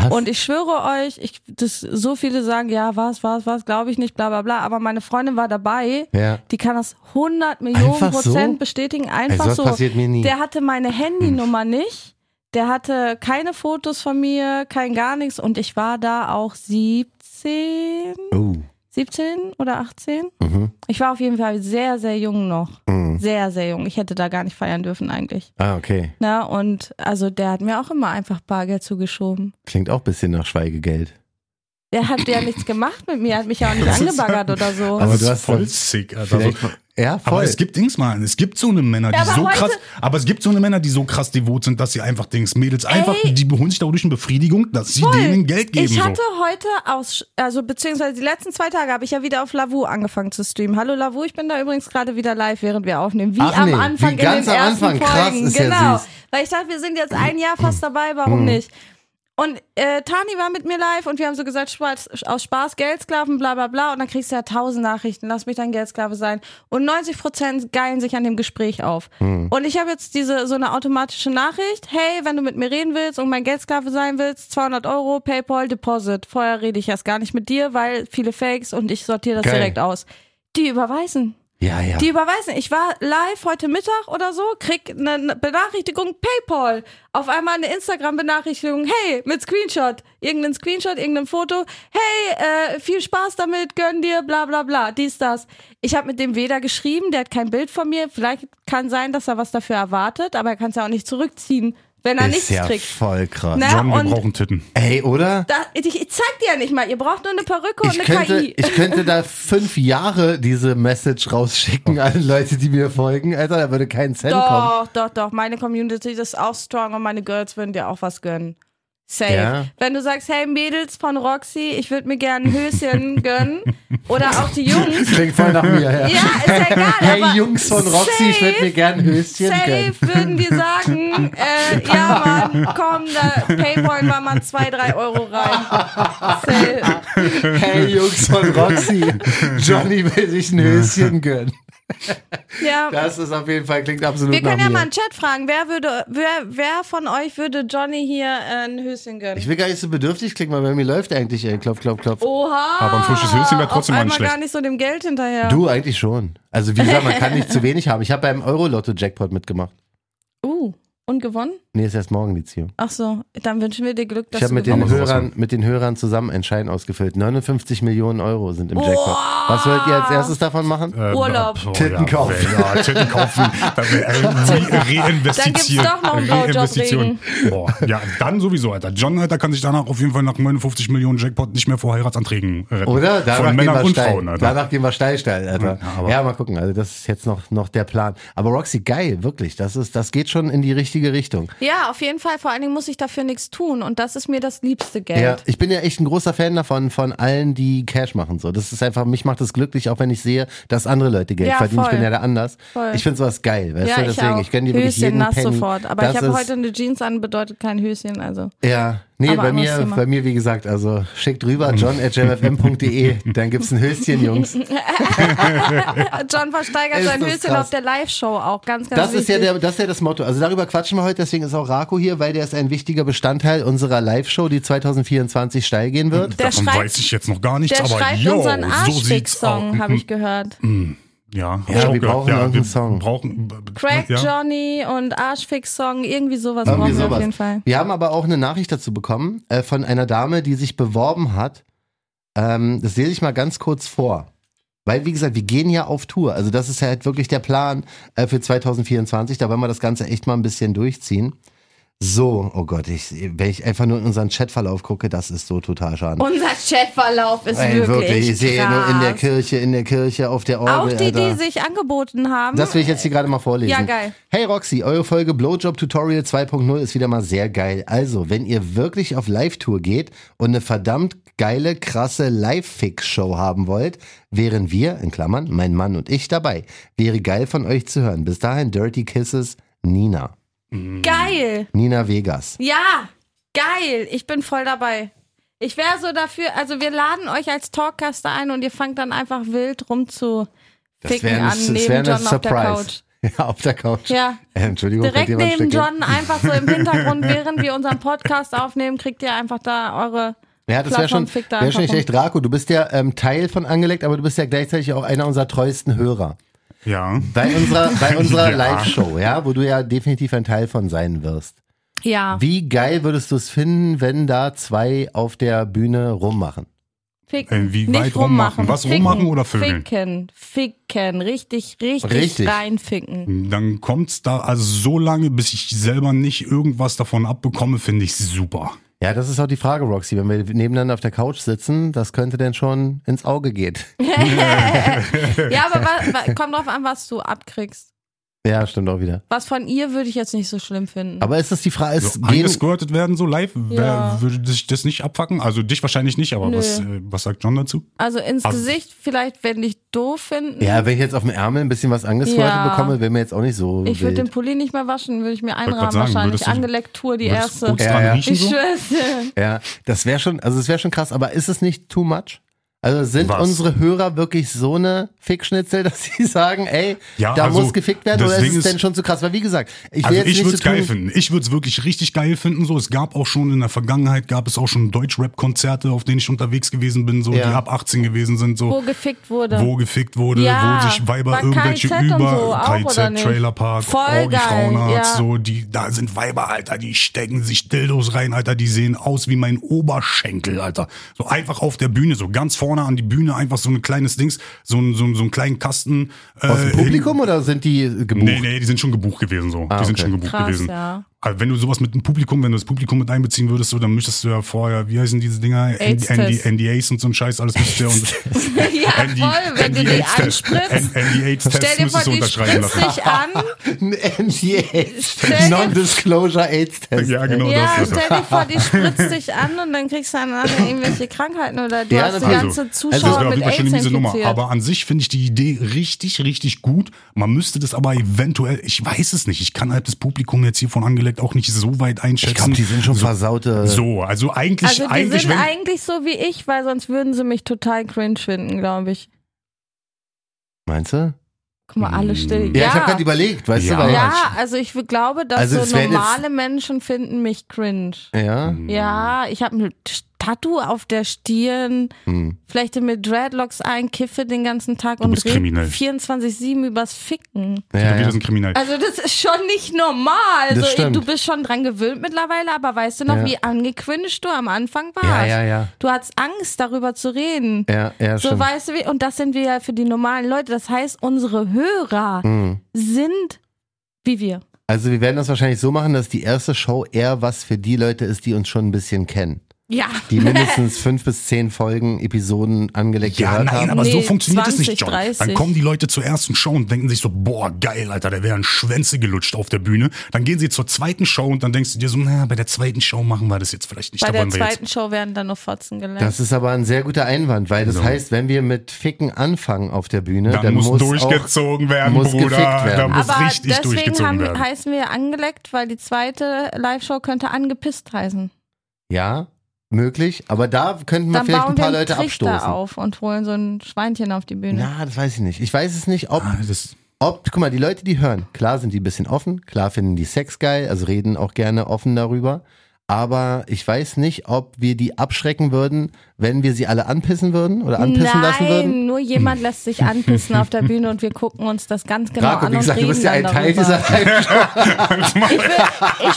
Speaker 2: was?
Speaker 3: Und ich schwöre euch, ich, das, so viele sagen, ja, was, was, was, glaube ich nicht, bla, bla, bla. Aber meine Freundin war dabei.
Speaker 2: ja.
Speaker 3: Die kann das 100 Millionen
Speaker 2: Einfach so?
Speaker 3: Prozent bestätigen. Einfach
Speaker 2: sowas
Speaker 3: so.
Speaker 2: Also, passiert mir nie.
Speaker 3: Der hatte meine Handynummer nicht. Der hatte keine Fotos von mir, kein gar nichts. Und ich war da auch 17,
Speaker 2: Oh.
Speaker 3: 17 oder 18.
Speaker 2: Mhm.
Speaker 3: Ich war auf jeden Fall sehr, sehr jung noch.
Speaker 2: Mhm.
Speaker 3: Sehr, sehr jung. Ich hätte da gar nicht feiern dürfen eigentlich.
Speaker 2: Ah, okay.
Speaker 3: Na, und also der hat mir auch immer einfach Bargeld zugeschoben.
Speaker 2: Klingt auch ein bisschen nach Schweigegeld.
Speaker 3: Der hat ja nichts gemacht mit mir, hat mich ja auch nicht
Speaker 4: Das ist
Speaker 3: angebaggert
Speaker 4: halt-
Speaker 3: oder so.
Speaker 2: Aber
Speaker 4: das
Speaker 2: du
Speaker 4: ist
Speaker 2: hast
Speaker 4: voll
Speaker 2: dann-
Speaker 4: sick, Alter. Also,
Speaker 2: Vielleicht, ja, voll.
Speaker 4: aber es gibt Dings, Mann. Es gibt so eine Männer, die
Speaker 3: Ja, aber
Speaker 4: so
Speaker 3: heute-
Speaker 4: krass, aber es gibt so eine Männer, die so krass devot sind, dass sie einfach Dings, Mädels einfach, die holen sich dadurch eine Befriedigung, dass sie denen Geld geben.
Speaker 3: Ich hatte
Speaker 4: so.
Speaker 3: heute aus, also beziehungsweise die letzten zwei Tage habe ich ja wieder auf Lavu angefangen zu streamen. Hallo Lavu, ich bin da übrigens gerade wieder live, während wir aufnehmen. Wie
Speaker 2: Ach
Speaker 3: am
Speaker 2: nee,
Speaker 3: Anfang
Speaker 2: wie ganz
Speaker 3: in den
Speaker 2: am
Speaker 3: ersten
Speaker 2: Anfang. Krass,
Speaker 3: Folgen.
Speaker 2: ist ja
Speaker 3: genau.
Speaker 2: süß. Hm.
Speaker 3: Weil ich dachte, wir sind jetzt ein Jahr fast dabei, warum nicht? Und äh, Tani war mit mir live und wir haben so gesagt, Spaß, aus Spaß Geldsklaven, bla bla bla. Und dann kriegst du ja tausend Nachrichten, lass mich dann Geldsklave sein. Und 90 Prozent geilen sich an dem Gespräch auf. Und ich habe jetzt diese so eine automatische Nachricht, hey, wenn du mit mir reden willst und mein Geldsklave sein willst, 200 Euro, Paypal, Deposit. Vorher rede ich erst gar nicht mit dir, weil viele Fakes und ich sortiere das
Speaker 2: Geil.
Speaker 3: direkt aus. Die überweisen.
Speaker 2: ja, ja.
Speaker 3: Die überweisen. Ich war live heute Mittag oder so, krieg eine Benachrichtigung PayPal. Auf einmal eine Instagram-Benachrichtigung. Hey, mit Screenshot. Irgendein Screenshot, irgendein Foto. Hey, äh, viel Spaß damit, gönn dir, bla bla bla. Dies, das. Ich habe mit dem weder geschrieben, der hat kein Bild von mir. Vielleicht kann sein, dass er was dafür erwartet, aber er kann es ja auch nicht zurückziehen, wenn er
Speaker 2: ist
Speaker 3: nichts
Speaker 2: ja
Speaker 3: kriegt.
Speaker 2: voll krass.
Speaker 3: Na,
Speaker 4: John, wir
Speaker 3: und-
Speaker 4: brauchen Titten.
Speaker 2: Ey, oder?
Speaker 3: Da, ich, ich zeig dir ja nicht mal. Ihr braucht nur eine Perücke
Speaker 2: ich
Speaker 3: und eine
Speaker 2: könnte,
Speaker 3: KI.
Speaker 2: ich könnte da fünf Jahre diese Message rausschicken an Leute, die mir folgen. Alter, da würde kein Cent kommen.
Speaker 3: Doch, doch, doch. Meine Community ist auch strong und meine Girls würden dir auch was gönnen. Safe.
Speaker 2: Ja.
Speaker 3: Wenn du sagst, hey Mädels von Roxy, ich würde mir gerne ein Höschen
Speaker 4: *laughs*
Speaker 3: gönnen. Oder auch die Jungs.
Speaker 2: Klingt voll nach mir, ja.
Speaker 3: Ja, ist ja egal. aber
Speaker 2: hey Jungs von Roxy, ich würde mir gerne ein Höschen
Speaker 3: Safe
Speaker 2: gönnen.
Speaker 3: würden die sagen,
Speaker 4: *laughs*
Speaker 3: äh, ja Mann, komm, da Paypal mal mal zwei, drei Euro rein. Safe.
Speaker 2: Hey Jungs von Roxy, Johnny will sich ein Höschen gönnen.
Speaker 3: Ja.
Speaker 2: Das ist auf jeden Fall, klingt absolut
Speaker 3: Wir
Speaker 2: nach
Speaker 3: können
Speaker 2: mir.
Speaker 3: ja mal einen Chat fragen, wer würde, wer, wer von euch würde Johnny hier äh, ein Höschen gönnen?
Speaker 2: ich will gar nicht so bedürftig klingen, weil bei mir läuft eigentlich, ey, klopf, klopf, klopf.
Speaker 3: Oha!
Speaker 4: Aber ein frisches Höschen wäre trotzdem
Speaker 3: Auf
Speaker 4: mal
Speaker 3: einmal
Speaker 4: nicht schlecht.
Speaker 3: gar nicht so dem Geld hinterher.
Speaker 2: Du eigentlich schon. Also wie gesagt, man kann nicht zu wenig haben. Ich habe beim Euro-Lotto-Jackpot mitgemacht.
Speaker 3: Uh, und gewonnen?
Speaker 2: Nee, ist erst morgen die Ziehung.
Speaker 3: Ach so, dann wünschen wir dir Glück, dass
Speaker 2: Ich habe
Speaker 3: du
Speaker 2: mit
Speaker 3: gewonnen
Speaker 2: den,
Speaker 4: Aber sowas
Speaker 2: Hörern, mit den Hörern zusammen einen Schein ausgefüllt. 59 Millionen Euro sind im Jackpot. Was wollt ihr als erstes davon machen?
Speaker 4: Äh,
Speaker 3: Urlaub.
Speaker 4: äh, oh,
Speaker 2: Titten
Speaker 4: ja,
Speaker 2: kaufen.
Speaker 4: Ja, Titten kaufen. Dann,
Speaker 3: *laughs*
Speaker 4: äh, Re- Reinvestition.
Speaker 3: Dann gibt's doch noch einen Blowjob-Regen.
Speaker 4: Boah, ja, dann sowieso, Alter. John, Alter, kann sich danach auf jeden Fall nach 59 Millionen Jackpot nicht mehr vor Heiratsanträgen retten.
Speaker 2: Oder?
Speaker 4: Von
Speaker 2: Danach gehen,
Speaker 4: Männern
Speaker 2: wir
Speaker 4: und
Speaker 2: steil.
Speaker 4: Frauen, Alter.
Speaker 2: Danach gehen wir steil, steil, Alter.
Speaker 4: Ja,
Speaker 2: Ja,
Speaker 4: aber-
Speaker 2: mal gucken. Also das ist jetzt noch, noch der Plan. Aber Roxy, geil, wirklich. Das, ist, das geht schon in die richtige Richtung.
Speaker 3: Ja, auf jeden Fall. Vor allen Dingen muss ich dafür nichts tun. Und das ist mir das liebste Geld.
Speaker 2: Ja, ich bin ja echt ein großer Fan davon, von allen, die Cash machen. So, das ist einfach, mich macht es glücklich, auch wenn ich sehe, dass andere Leute Geld
Speaker 3: Ja,
Speaker 2: verdienen. Ich
Speaker 3: voll.
Speaker 2: bin ja da anders.
Speaker 3: Voll.
Speaker 2: Ich finde sowas geil, weißt
Speaker 3: Ja,
Speaker 2: du? Deswegen,
Speaker 3: auch.
Speaker 2: ich gönne dir wirklich
Speaker 3: Höschen
Speaker 2: jeden
Speaker 3: nass
Speaker 2: Penny.
Speaker 3: sofort. Aber ich
Speaker 2: Das
Speaker 3: habe
Speaker 2: ist-
Speaker 3: heute eine Jeans an, bedeutet kein Höschen. Also
Speaker 2: Ja, nee,
Speaker 3: Aber
Speaker 2: bei
Speaker 3: anderes
Speaker 2: mir,
Speaker 3: Thema.
Speaker 2: bei mir, wie gesagt, also schickt rüber, john at jmfm.de, dann gibt's ein Höschen, Jungs.
Speaker 3: John
Speaker 2: *laughs*
Speaker 3: versteigert
Speaker 2: Ist
Speaker 3: sein
Speaker 2: das
Speaker 3: Höschen
Speaker 2: krass.
Speaker 3: auf der Live-Show auch. Ganz, ganz
Speaker 2: Das ist, ja
Speaker 3: wichtig.
Speaker 2: der, das ist ja das Motto. Also darüber quatschen wir heute, deswegen ist auch Rako hier, weil der ist ein wichtiger Bestandteil unserer Live-Show, die 2024 steil gehen wird.
Speaker 3: Der
Speaker 4: Davon
Speaker 3: schreibt-
Speaker 4: weiß ich jetzt noch gar nichts,
Speaker 3: Der
Speaker 4: aber
Speaker 3: schreibt
Speaker 4: yo,
Speaker 3: unseren
Speaker 4: so sieht's Mhm. aus.
Speaker 3: Arschfick-Song, habe ich gehört.
Speaker 4: Ja, hab
Speaker 2: Ja,
Speaker 4: ich auch
Speaker 2: wir
Speaker 4: gehört.
Speaker 2: brauchen
Speaker 4: ja,
Speaker 2: irgendeinen
Speaker 4: wir
Speaker 2: Song.
Speaker 4: Brauchen,
Speaker 3: Crack
Speaker 4: ja.
Speaker 3: Johnny und Arschfix-Song, irgendwie sowas
Speaker 2: Irgendwie
Speaker 3: brauchen wir
Speaker 2: sowas.
Speaker 3: auf jeden Fall.
Speaker 2: Wir haben aber auch eine Nachricht dazu bekommen äh, von einer Dame, die sich beworben hat. Ähm, das lese ich mal ganz kurz vor. Weil, wie gesagt, wir gehen ja auf Tour. Also das ist ja halt wirklich der Plan äh, für 2024. Da wollen wir das Ganze echt mal ein bisschen durchziehen. So, oh Gott, ich, wenn ich einfach nur in unseren Chatverlauf gucke, das ist so total schade.
Speaker 3: Unser Chatverlauf ist
Speaker 2: Ey,
Speaker 3: wirklich,
Speaker 2: ich sehe nur in der
Speaker 3: krass.
Speaker 2: Kirche, in der Kirche, auf der
Speaker 3: Auch
Speaker 2: Orgel.
Speaker 3: die, die
Speaker 2: Alter.
Speaker 3: sich angeboten haben.
Speaker 2: Das will ich jetzt hier gerade mal vorlesen.
Speaker 3: Ja, geil.
Speaker 2: Hey Roxy, eure Folge Blowjob Tutorial 2.0 ist wieder mal sehr geil. Also, wenn ihr wirklich auf Live-Tour geht und eine verdammt geile, krasse Live-Fix-Show haben wollt, wären wir, in Klammern, mein Mann und ich dabei. Wäre geil von euch zu hören. Bis dahin Dirty Kisses, Nina.
Speaker 3: geil.
Speaker 2: Nina Vegas.
Speaker 3: Ja, geil. Ich bin voll dabei. Ich wäre so dafür, also wir laden euch als Talkcaster ein und ihr fangt dann einfach wild rum zu ficken
Speaker 2: wär
Speaker 3: an neben
Speaker 2: wär
Speaker 3: John auf der Couch.
Speaker 2: *laughs* Ja, auf der Couch.
Speaker 3: Ja.
Speaker 2: Äh, Entschuldigung,
Speaker 3: Direkt
Speaker 2: könnt ihr mal ein Stück
Speaker 3: neben
Speaker 2: gehen?
Speaker 3: John, einfach so im Hintergrund, während wir unseren Podcast aufnehmen, kriegt ihr einfach da eure.
Speaker 2: Ja, das wäre schon,
Speaker 3: Plattform fickt da
Speaker 2: wär schon
Speaker 3: einfach
Speaker 2: nicht schlecht. Rako, du bist ja ähm, Teil von Angelegt, aber du bist ja gleichzeitig auch einer unserer treuesten Hörer.
Speaker 4: Ja.
Speaker 2: Bei
Speaker 4: *laughs*
Speaker 2: unserer, bei unserer
Speaker 4: Ja.
Speaker 2: Live-Show, ja, wo du ja definitiv ein Teil von sein wirst.
Speaker 3: Ja,
Speaker 2: Wie geil würdest du es finden, wenn da zwei auf der Bühne rummachen?
Speaker 3: ficken.
Speaker 4: Äh, wie
Speaker 3: Nicht
Speaker 4: weit rummachen? Was
Speaker 3: Ficken.
Speaker 4: rummachen oder vögeln?
Speaker 3: Ficken, ficken, richtig, richtig,
Speaker 2: Richtig.
Speaker 3: reinficken.
Speaker 4: Dann kommt's da, also so lange, bis ich selber nicht irgendwas davon abbekomme, finde ich super.
Speaker 2: Ja, das ist auch die Frage, Roxy. Wenn wir nebeneinander auf der Couch sitzen, das könnte denn schon ins Auge gehen. *laughs*
Speaker 3: Ja, aber wa, wa, kommt drauf an, was du abkriegst.
Speaker 2: Ja, stimmt auch wieder.
Speaker 3: Was von ihr würde ich jetzt nicht so schlimm finden.
Speaker 2: Aber ist das die Frage? Es
Speaker 4: So
Speaker 2: gehen,
Speaker 4: angesquirtet werden, so live,
Speaker 3: Ja.
Speaker 4: wer würde dich das nicht abfacken? Also dich wahrscheinlich nicht, aber
Speaker 3: Nö.
Speaker 4: was, äh, was sagt John dazu?
Speaker 3: also ins
Speaker 4: Also-
Speaker 3: Gesicht vielleicht, wenn ich doof finden.
Speaker 2: ja, wenn ich jetzt auf dem Ärmel ein bisschen was angesquirtet
Speaker 3: Ja.
Speaker 2: bekomme, wäre mir jetzt auch nicht so
Speaker 3: ich würde den
Speaker 2: wild.
Speaker 3: Pulli nicht mehr waschen, würde ich mir
Speaker 4: grad
Speaker 3: einrahmen
Speaker 4: sagen,
Speaker 3: wahrscheinlich.
Speaker 4: würdest du-
Speaker 3: Angeleckt Tour, die
Speaker 4: Würdest du
Speaker 3: erste.
Speaker 4: Gut
Speaker 2: Ja,
Speaker 4: dran
Speaker 2: ja.
Speaker 4: riechen
Speaker 3: Ich
Speaker 4: so?
Speaker 3: schwör's dir.
Speaker 2: Ja, das wäre schon, also es wäre schon krass, aber ist es nicht too much? Also sind
Speaker 4: Was?
Speaker 2: unsere Hörer wirklich so eine Fickschnitzel, *laughs* dass sie sagen, ey,
Speaker 4: Ja,
Speaker 2: da
Speaker 4: also,
Speaker 2: muss gefickt werden
Speaker 4: das
Speaker 2: oder ist
Speaker 4: Ding
Speaker 2: es
Speaker 4: ist-
Speaker 2: denn schon zu krass? Weil wie gesagt, ich will
Speaker 4: Also
Speaker 2: jetzt
Speaker 4: ich
Speaker 2: nicht
Speaker 4: würde
Speaker 2: zu
Speaker 4: es geil
Speaker 2: tun.
Speaker 4: finden. Ich würde es wirklich richtig geil finden. So, es gab auch schon in der Vergangenheit gab es auch schon Deutsch-Rap-Konzerte, auf denen ich unterwegs gewesen bin, so
Speaker 2: Ja.
Speaker 4: die ab 18 gewesen sind, so
Speaker 3: Wo gefickt wurde. *laughs*
Speaker 4: wo gefickt wurde,
Speaker 3: Ja,
Speaker 4: wo sich Weiber
Speaker 3: bei
Speaker 4: irgendwelche
Speaker 3: KIZ und
Speaker 4: über
Speaker 3: so auch, oder nicht?
Speaker 4: Trailerpark,
Speaker 3: Voll
Speaker 4: Orgi
Speaker 3: geil,
Speaker 4: oh, Frauenarzt,
Speaker 3: ja.
Speaker 4: so die da sind Weiber, Alter, die stecken sich Dildos rein, Alter, die sehen aus wie mein Oberschenkel, Alter. So einfach auf der Bühne, so ganz vorne an die Bühne einfach so ein kleines Dings, so ein so, ein- so ein kleinen Kasten äh,
Speaker 2: Aus dem Publikum oder sind die gebucht?
Speaker 4: Nee, nee, die sind schon gebucht gewesen so. die sind
Speaker 2: okay.
Speaker 4: schon gebucht
Speaker 3: Krass,
Speaker 4: gewesen.
Speaker 3: ja.
Speaker 4: Aber wenn du sowas mit dem Publikum, wenn du das Publikum mit einbeziehen würdest, so, dann müsstest du ja vorher, wie heißen diese Dinger?
Speaker 3: AIDS-Test.
Speaker 4: ND NDAs und so ein Scheiß, alles müsstest du
Speaker 2: *laughs*
Speaker 4: ja und
Speaker 3: ja,
Speaker 4: ND
Speaker 3: voll, wenn du die
Speaker 4: NDAs-Test.
Speaker 3: anspritzt. Stell
Speaker 4: NDAs-Test
Speaker 3: dir vor,
Speaker 4: müsstest du
Speaker 3: die
Speaker 4: unterschreiben
Speaker 3: spritzt
Speaker 4: lassen.
Speaker 3: dich
Speaker 4: *laughs*
Speaker 2: *laughs*
Speaker 3: an.
Speaker 2: Ein
Speaker 3: Stell
Speaker 2: NDA,
Speaker 3: dir-
Speaker 2: Non-Disclosure AIDS-Test.
Speaker 4: Ja, genau
Speaker 3: Ja,
Speaker 4: das ist es.
Speaker 3: stell dir
Speaker 4: *laughs*
Speaker 3: vor, die spritzt dich an und dann kriegst du dann nachher irgendwelche Krankheiten oder du
Speaker 2: Ja,
Speaker 3: hast die
Speaker 2: natürlich.
Speaker 3: ganze
Speaker 2: Also,
Speaker 3: Zuschauer
Speaker 4: Das wäre
Speaker 3: mit
Speaker 4: lieber
Speaker 3: AIDS
Speaker 4: schon diese Nummer.
Speaker 3: infiziert.
Speaker 4: Aber an sich finde ich die Idee richtig, richtig gut. Man müsste das aber eventuell, ich weiß es nicht, ich kann halt das Publikum jetzt hier von angelegt auch nicht so weit einschätzen.
Speaker 2: Ich glaube, die sind schon versaute.
Speaker 4: so, also eigentlich,
Speaker 3: also die
Speaker 4: eigentlich,
Speaker 3: sind
Speaker 4: wenn,
Speaker 3: eigentlich so wie ich, weil sonst würden sie mich total cringe finden, glaube ich.
Speaker 2: Meinst du?
Speaker 3: Guck mal, alle still.
Speaker 2: Ja, ich habe gerade überlegt, weißt
Speaker 4: Ja.
Speaker 2: du? Weil,
Speaker 3: Ja, also ich glaube, dass
Speaker 2: Also es
Speaker 3: so
Speaker 2: wären jetzt-
Speaker 3: normale Menschen finden mich cringe.
Speaker 2: ja.
Speaker 3: Ja, ich habe ein Tattoo auf der Stirn,
Speaker 2: Hm.
Speaker 3: flechte mir Dreadlocks ein, kiffe den ganzen Tag
Speaker 4: Du
Speaker 3: und
Speaker 4: bist kriminell.
Speaker 3: 24-7 übers Ficken.
Speaker 2: Ja,
Speaker 4: wir
Speaker 2: ja.
Speaker 4: sind kriminell.
Speaker 3: Also das ist schon nicht normal.
Speaker 2: Das
Speaker 3: Also,
Speaker 2: stimmt.
Speaker 3: du bist schon dran gewöhnt mittlerweile, aber weißt du noch,
Speaker 2: Ja.
Speaker 3: wie angequinscht du am Anfang warst?
Speaker 2: Ja, ja, ja.
Speaker 3: Du hattest Angst, darüber zu reden.
Speaker 2: Ja, ja,
Speaker 3: so
Speaker 2: stimmt.
Speaker 3: weißt du, wie, und das sind wir ja für die normalen Leute. Das heißt, unsere Hörer
Speaker 2: Mhm.
Speaker 3: sind wie wir.
Speaker 2: Also wir werden das wahrscheinlich so machen, dass die erste Show eher was für die Leute ist, die uns schon ein bisschen kennen.
Speaker 3: Ja. *laughs*
Speaker 2: die mindestens fünf bis zehn Folgen, Episoden angelegt
Speaker 4: Ja,
Speaker 2: gehört
Speaker 4: nein,
Speaker 2: haben.
Speaker 4: aber so
Speaker 3: Nee,
Speaker 4: funktioniert es nicht,
Speaker 3: 20,
Speaker 4: John.
Speaker 3: 30.
Speaker 4: Dann kommen die Leute zuerst und schauen und denken sich so, boah, geil, Alter, da werden Schwänze gelutscht auf der Bühne. Dann gehen sie zur zweiten Show und dann denkst du dir so, na, bei der zweiten Show machen wir das jetzt vielleicht nicht.
Speaker 3: Bei
Speaker 4: da
Speaker 3: der
Speaker 4: wollen wir
Speaker 3: zweiten Show werden dann nur Fotzen gelernt.
Speaker 2: Das ist aber ein sehr guter Einwand, weil das
Speaker 4: So.
Speaker 2: heißt, wenn wir mit Ficken anfangen auf der Bühne,
Speaker 4: jetzt,
Speaker 2: dann,
Speaker 4: Genau. dann, muss,
Speaker 2: auch-
Speaker 4: durchgezogen werden,
Speaker 2: muss
Speaker 4: Bruder.
Speaker 2: gefickt werden.
Speaker 4: Da muss
Speaker 3: aber
Speaker 4: richtig
Speaker 3: deswegen
Speaker 4: durchgezogen
Speaker 3: haben, halt
Speaker 4: werden.
Speaker 3: heißen wir angeleckt, weil die zweite Live-Show könnte angepisst heißen.
Speaker 2: Ja, möglich. Aber da könnten wir
Speaker 3: Dann
Speaker 2: vielleicht ein
Speaker 3: bauen wir
Speaker 2: paar
Speaker 3: einen
Speaker 2: Leute
Speaker 3: Trichter
Speaker 2: abstoßen.
Speaker 3: auf und holen so ein Schweinchen auf die Bühne.
Speaker 2: Na, das weiß ich nicht. Ich weiß es nicht, ob,
Speaker 4: Ah, das,
Speaker 2: ob, guck mal, die Leute, die hören, klar sind die ein bisschen offen, klar finden die Sex geil, also reden auch gerne offen darüber. Aber ich weiß nicht, ob wir die abschrecken würden, wenn wir sie alle anpissen würden oder anpissen
Speaker 3: Nein,
Speaker 2: lassen würden.
Speaker 3: nur jemand lässt sich anpissen auf der Bühne und wir gucken uns das ganz genau
Speaker 2: Rako,
Speaker 3: an
Speaker 2: wie
Speaker 3: und
Speaker 2: gesagt, du
Speaker 3: reden
Speaker 2: bist ja
Speaker 3: dann
Speaker 2: ein Teil
Speaker 3: darüber.
Speaker 2: dieser
Speaker 4: *laughs*
Speaker 2: Reise. *laughs*
Speaker 3: Ich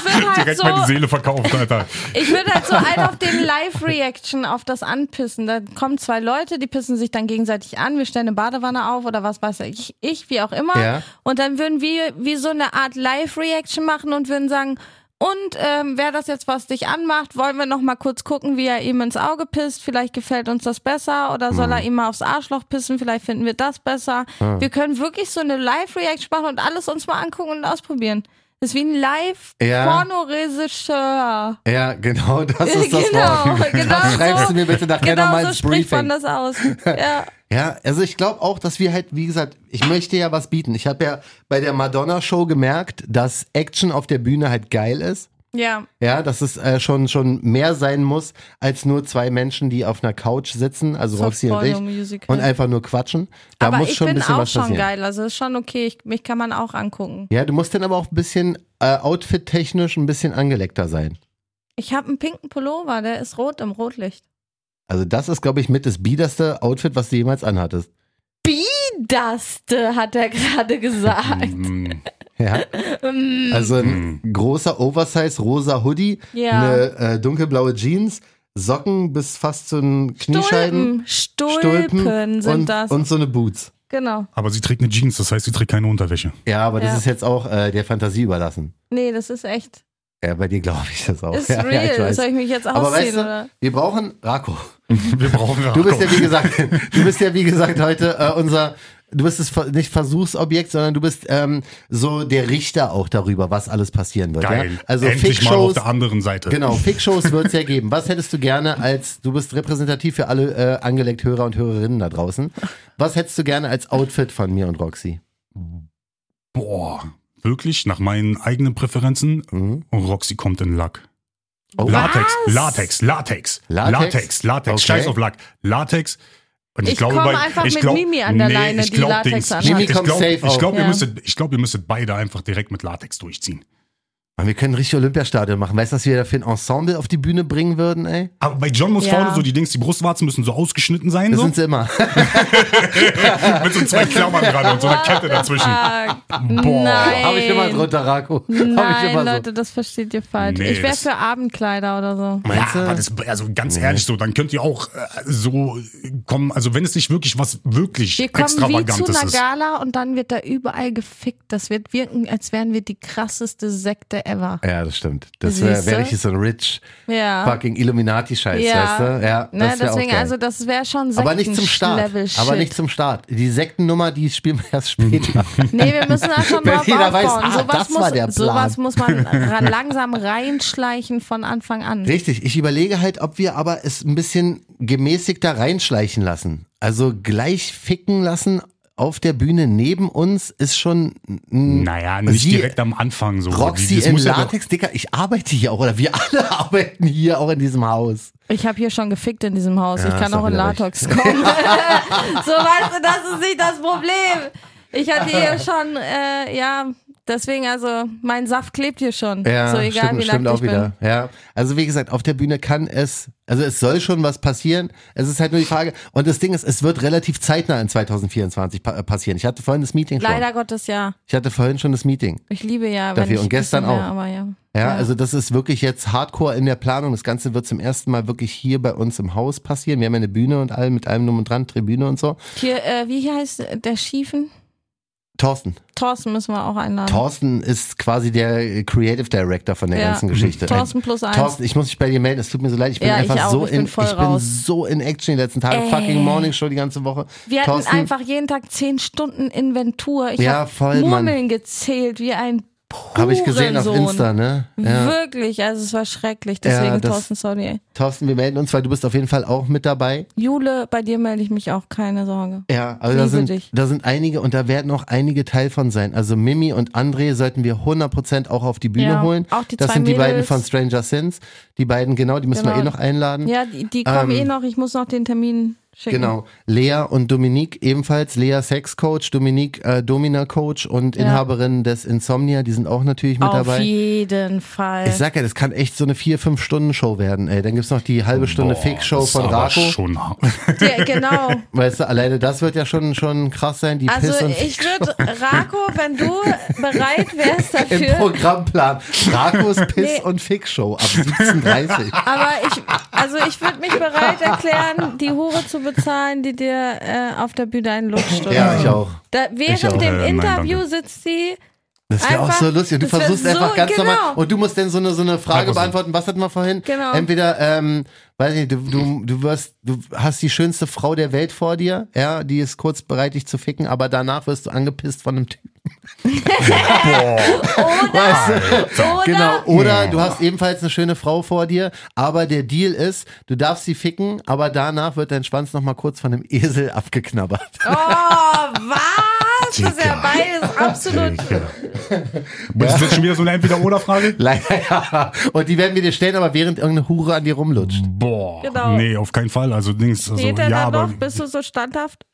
Speaker 3: will halt
Speaker 4: direkt meine
Speaker 3: so,
Speaker 4: Seele verkauft,
Speaker 3: *laughs*
Speaker 4: Alter.
Speaker 3: ich will halt so ein auf den Live-Reaction, auf das Anpissen. Da kommen zwei Leute, die pissen sich dann gegenseitig an. Wir stellen eine Badewanne auf oder was weiß ich, ich wie auch immer.
Speaker 2: Ja.
Speaker 3: Und dann würden wir wie so eine Art Live-Reaction machen und würden sagen, und ähm, wer das jetzt was dich anmacht, wollen wir noch mal kurz gucken, wie er ihm ins Auge pisst. Vielleicht gefällt uns das besser oder soll
Speaker 2: Mhm.
Speaker 3: er ihm mal aufs Arschloch pissen? Vielleicht finden wir das besser.
Speaker 2: Ah.
Speaker 3: Wir können wirklich so eine Live-Reaction machen und alles uns mal angucken und ausprobieren. Das ist wie ein
Speaker 2: Ja.
Speaker 3: Live-Pornoregisseur.
Speaker 2: Ja,
Speaker 3: *laughs*
Speaker 2: genau, das ist das
Speaker 3: genau,
Speaker 2: Wort.
Speaker 3: genau
Speaker 2: Schreibst
Speaker 3: so.
Speaker 2: du mir bitte nachher
Speaker 3: Genau
Speaker 2: nochmal
Speaker 3: so
Speaker 2: ins
Speaker 3: spricht man
Speaker 2: Briefing.
Speaker 3: das
Speaker 2: *laughs*
Speaker 3: aus. Ja.
Speaker 2: Ja, also ich glaube auch, dass wir halt, wie gesagt, ich möchte ja was bieten. Ich habe ja bei der Madonna-Show gemerkt, dass Action auf der Bühne halt geil ist.
Speaker 3: ja.
Speaker 2: Ja, dass es äh, schon, schon mehr sein muss, als nur zwei Menschen, die auf einer Couch sitzen, also
Speaker 3: Soft
Speaker 2: Roxy und
Speaker 3: Porno
Speaker 2: ich,
Speaker 3: Musical.
Speaker 2: und einfach nur quatschen. Da
Speaker 3: aber
Speaker 2: muss
Speaker 3: ich
Speaker 2: schon ein
Speaker 3: bin
Speaker 2: bisschen
Speaker 3: auch
Speaker 2: was
Speaker 3: schon
Speaker 2: passieren.
Speaker 3: geil. Also ist schon okay. Ich, mich kann man auch angucken.
Speaker 2: Ja, du musst dann aber auch ein bisschen äh, outfit-technisch ein bisschen angeleckter sein.
Speaker 3: Ich habe einen pinken Pullover, der ist rot im Rotlicht.
Speaker 2: Also das ist, glaube ich, mit das biederste Outfit, was du jemals anhattest.
Speaker 3: Das äh, hat er gerade gesagt.
Speaker 2: Mhm.
Speaker 3: *laughs* Mm.
Speaker 4: Mm,
Speaker 3: Halt.
Speaker 2: Ja. Also ein
Speaker 4: Mhm.
Speaker 2: großer Oversize rosa Hoodie,
Speaker 3: Ja.
Speaker 2: eine äh, dunkelblaue Jeans, Socken bis fast zu den Kniescheiben,
Speaker 3: Stulpen, Stulpen, sind
Speaker 2: und,
Speaker 3: das.
Speaker 2: und so eine Boots.
Speaker 3: genau.
Speaker 4: Aber sie trägt eine Jeans, das heißt, sie trägt keine
Speaker 2: *laughs*
Speaker 4: Unterwäsche.
Speaker 2: Ja, aber das
Speaker 3: Ja.
Speaker 2: ist jetzt auch äh, der Fantasie überlassen.
Speaker 3: Nee, das ist echt.
Speaker 2: Ja, bei dir glaube ich das auch.
Speaker 3: Ist
Speaker 2: Oh, *laughs* ja,
Speaker 3: real.
Speaker 2: ja, ich weiß.
Speaker 3: Soll ich mich jetzt
Speaker 2: aber
Speaker 3: ausziehen?
Speaker 2: weißt du, *laughs*
Speaker 3: oder?
Speaker 2: wir brauchen Rako.
Speaker 4: Wir brauchen
Speaker 2: Du bist ja wie gesagt, du bist ja wie gesagt heute äh, unser, du bist das Ver- nicht Versuchsobjekt, sondern du bist ähm, so der Richter auch darüber, was alles passieren wird.
Speaker 4: geil.
Speaker 2: Ja? Also
Speaker 4: Endlich mal auf
Speaker 2: Fick-Shows,
Speaker 4: der anderen Seite.
Speaker 2: Genau, Fick-Shows wird es *laughs* ja geben. Was hättest du gerne als, du bist repräsentativ für alle äh, angelegt Hörer und Hörerinnen da draußen. Was hättest du gerne als Outfit von mir und Roxy?
Speaker 4: Boah, wirklich? Nach meinen eigenen Präferenzen?
Speaker 2: Mhm.
Speaker 4: Roxy kommt in Lack.
Speaker 2: Oh.
Speaker 4: Latex, Latex, Latex,
Speaker 2: Latex?
Speaker 4: Latex, Latex,
Speaker 2: Okay.
Speaker 4: Scheiß auf Lack. Latex. Und
Speaker 3: Ich komm einfach mit Mimi an der Leine, die Latex anhat.
Speaker 2: Mimi
Speaker 4: ich
Speaker 2: kommt
Speaker 4: glaub,
Speaker 2: safe
Speaker 4: ich
Speaker 2: auch.
Speaker 4: glaub, ihr
Speaker 3: Ja.
Speaker 4: müsstet, ich glaube, ihr müsstet beide einfach direkt mit Latex durchziehen.
Speaker 2: Mann, wir können richtig Olympiastadion machen. Weißt du, was wir da für ein Ensemble auf die Bühne bringen würden, ey?
Speaker 4: Aber bei John muss
Speaker 3: Ja.
Speaker 4: vorne so die Dings, die Brustwarzen müssen so ausgeschnitten sein,
Speaker 2: Das
Speaker 4: so,
Speaker 2: sind sie *laughs* immer.
Speaker 4: mit so
Speaker 2: *laughs*
Speaker 4: zwei Klammern dran und so einer Kette dazwischen.
Speaker 3: Ah,
Speaker 4: Boah.
Speaker 3: nein.
Speaker 2: Habe ich immer drunter, Rako. Hab ich
Speaker 3: Nein,
Speaker 2: immer so.
Speaker 3: Leute, das versteht ihr falsch.
Speaker 4: Nee,
Speaker 3: ich wäre
Speaker 4: das-
Speaker 3: für Abendkleider oder so.
Speaker 2: Meinst
Speaker 4: ja,
Speaker 2: du?
Speaker 4: aber das, also ganz ehrlich so, dann könnt ihr auch äh, so kommen, also wenn es nicht wirklich was wirklich
Speaker 3: Wir kommen wie zu
Speaker 4: extravagantes
Speaker 3: einer
Speaker 4: ist.
Speaker 3: Gala und dann wird da überall gefickt. Das wird wirken, als wären wir die krasseste Sekte ever.
Speaker 2: Ja, das stimmt. Das
Speaker 3: Siehst
Speaker 2: wäre
Speaker 3: du?
Speaker 2: wär richtig so ein rich
Speaker 3: Ja.
Speaker 2: fucking Illuminati-Scheiß,
Speaker 3: Ja.
Speaker 2: weißt du? Ja,
Speaker 3: Ne,
Speaker 2: das wär auch
Speaker 3: deswegen,
Speaker 2: geil.
Speaker 3: also das wäre schon Sekten
Speaker 2: aber nicht zum Start.
Speaker 3: Level Shit.
Speaker 2: Aber nicht zum Start. Die Sektennummer, die spielen wir *laughs* erst später.
Speaker 3: Nee, wir müssen
Speaker 2: *laughs*
Speaker 3: da schon
Speaker 2: Wenn
Speaker 3: drauf
Speaker 2: jeder
Speaker 3: aufbauen.
Speaker 2: weiß, ah,
Speaker 3: sowas,
Speaker 2: das
Speaker 3: muss,
Speaker 2: war der Plan.
Speaker 3: sowas muss man ra- langsam reinschleichen von Anfang an.
Speaker 2: Richtig, ich überlege halt, ob wir aber es ein bisschen gemäßigter reinschleichen lassen. Also gleich ficken lassen auf der Bühne neben uns ist schon ein
Speaker 4: Naja, nicht
Speaker 2: Sie-
Speaker 4: direkt am Anfang so.
Speaker 2: Roxy
Speaker 4: Die- das
Speaker 2: in
Speaker 4: muss ja doch-
Speaker 2: Latex, Dicker. Ich arbeite hier auch, oder wir *laughs* alle arbeiten hier auch in diesem Haus.
Speaker 3: Ich habe hier schon gefickt in diesem Haus. ich kann
Speaker 2: hast
Speaker 3: auch
Speaker 2: doch
Speaker 3: in
Speaker 2: wieder recht.
Speaker 3: Latex kommen. *laughs* so weißt du, das ist nicht das Problem. Ich hatte
Speaker 2: *laughs*
Speaker 3: hier schon, äh, ja, deswegen, also mein Saft klebt hier schon.
Speaker 2: Ja,
Speaker 3: so egal
Speaker 2: stimmt,
Speaker 3: wie
Speaker 2: stimmt
Speaker 3: nackt ich
Speaker 2: auch
Speaker 3: bin.
Speaker 2: wieder. Ja, also wie gesagt, auf der Bühne kann es, also es soll schon was passieren. Es ist halt nur die Frage. Und das Ding ist, es wird relativ zeitnah in 2024 pa äh, passieren. Ich hatte vorhin das Meeting schon.
Speaker 3: Leider Gottes ja.
Speaker 2: Ich hatte vorhin schon das Meeting.
Speaker 3: Ich liebe ja.
Speaker 2: Dafür
Speaker 3: wenn ich
Speaker 2: und gestern
Speaker 3: ein bisschen
Speaker 2: auch.
Speaker 3: Mehr, aber ja.
Speaker 2: Ja, also das ist wirklich jetzt Hardcore in der Planung. Das Ganze wird zum ersten Mal wirklich hier bei uns im Haus passieren. Wir haben ja eine Bühne und allem mit allem drum und dran, Tribüne und so.
Speaker 3: Hier, äh, wie heißt der Schiefen?
Speaker 2: Thorsten,
Speaker 3: Thorsten müssen wir auch einladen.
Speaker 2: Thorsten ist quasi der Creative Director von der
Speaker 3: Ah. Ja. Mhm.
Speaker 2: ganzen Geschichte.
Speaker 3: Thorsten plus eins.
Speaker 2: Thorsten, ich muss mich bei dir melden, es tut mir so leid, ich bin
Speaker 3: Ja, ich
Speaker 2: einfach
Speaker 3: auch,
Speaker 2: so
Speaker 3: ich
Speaker 2: in
Speaker 3: bin voll
Speaker 2: ich bin
Speaker 3: raus.
Speaker 2: so in Action die letzten Tage,
Speaker 3: Ey.
Speaker 2: fucking Morning Show die ganze Woche.
Speaker 3: Wir hatten
Speaker 2: Thorsten,
Speaker 3: einfach jeden Tag zehn Stunden Inventur. Ich
Speaker 2: Ja,
Speaker 3: hab
Speaker 2: voll, Mann.
Speaker 3: Murmeln gezählt, wie ein Purensohn.
Speaker 2: habe ich gesehen auf Insta, ne? Ja.
Speaker 3: Wirklich, also es war schrecklich. Deswegen
Speaker 2: Ja, das-
Speaker 3: Thorsten, sorry.
Speaker 2: Thorsten, wir melden uns, weil du bist auf jeden Fall auch mit dabei.
Speaker 3: Jule, bei dir melde ich mich auch, keine Sorge.
Speaker 2: Ja, also da
Speaker 3: Liebe
Speaker 2: sind,
Speaker 3: dich.
Speaker 2: da sind einige und da werden auch einige Teil von sein. Also Mimi und André sollten wir 100% auch auf die Bühne
Speaker 3: Ja,
Speaker 2: holen.
Speaker 3: auch die
Speaker 2: das
Speaker 3: zwei
Speaker 2: sind die beiden
Speaker 3: Mädels.
Speaker 2: von Stranger Things. Die beiden, genau, die müssen wir eh
Speaker 3: Genau.
Speaker 2: noch einladen.
Speaker 3: Ja, die, die kommen
Speaker 2: Ähm,
Speaker 3: eh noch. Ich muss noch den Termin schicken.
Speaker 2: Genau. Lea und Dominique ebenfalls. Lea Sexcoach, Dominique äh, Domina-Coach und Inhaberin des Insomnia, die sind auch natürlich mit
Speaker 3: Auf
Speaker 2: dabei.
Speaker 3: jeden Fall.
Speaker 2: Ich sag ja, das kann echt so eine 4-5-Stunden-Show werden, ey. Dann gibt's noch die halbe Stunde
Speaker 4: Boah,
Speaker 2: Fake-Show
Speaker 4: das ist
Speaker 2: von
Speaker 4: aber
Speaker 2: Rako.
Speaker 4: schon hart. *laughs*
Speaker 2: *laughs*
Speaker 3: ja, genau.
Speaker 2: Weißt du, alleine das wird ja schon, schon krass sein, die Piss
Speaker 3: Also
Speaker 2: und
Speaker 3: ich würde, Rako, wenn du bereit
Speaker 2: *laughs*
Speaker 3: wärst
Speaker 2: im
Speaker 3: dafür.
Speaker 2: Programmplan. Rakos Piss-
Speaker 3: *laughs* Nee.
Speaker 2: und Fick-Show ab 17.30
Speaker 3: Aber ich, also ich würde mich bereit erklären, die Hure zu bezahlen, die dir äh, auf der Bühne einen Lutsch oder
Speaker 2: Ja, ich auch.
Speaker 3: Da,
Speaker 2: Ich auch.
Speaker 3: während dem
Speaker 4: Äh, nein,
Speaker 3: Interview
Speaker 4: danke.
Speaker 2: *laughs*
Speaker 3: sitzt sie.
Speaker 2: Das wäre auch
Speaker 3: Einfach-
Speaker 2: so lustig. Und du
Speaker 3: das wär
Speaker 2: versuchst
Speaker 3: so-
Speaker 2: einfach ganz
Speaker 3: genau.
Speaker 2: normal. Und du musst dann so eine, so eine Frage
Speaker 4: Einfach so.
Speaker 2: beantworten. Was hatten wir vorhin?
Speaker 3: Genau.
Speaker 2: Entweder, ähm, weiß ich nicht, du, du, du wirst, du hast die schönste Frau der Welt vor dir, ja, die ist kurz bereit, dich zu ficken, aber danach wirst du angepisst von einem Typen.
Speaker 3: Oder, oder
Speaker 2: Genau. Oder du hast ebenfalls eine schöne Frau vor dir, aber der Deal ist, du darfst sie ficken, aber danach wird dein Schwanz nochmal kurz von einem Esel abgeknabbert.
Speaker 3: oh, was? Das ist ja
Speaker 4: Digga.
Speaker 3: beides absolut.
Speaker 4: Das ist jetzt schon wieder so eine Entweder-Oder-Frage.
Speaker 2: Leider ja. Und die werden wir dir stellen, aber während irgendeine Hure an dir rumlutscht.
Speaker 4: Boah.
Speaker 3: Genau.
Speaker 4: Nee, auf keinen Fall. Also Dings, also
Speaker 3: Geht er
Speaker 4: ja,
Speaker 3: dann
Speaker 4: aber.
Speaker 3: noch? Bist du so standhaft?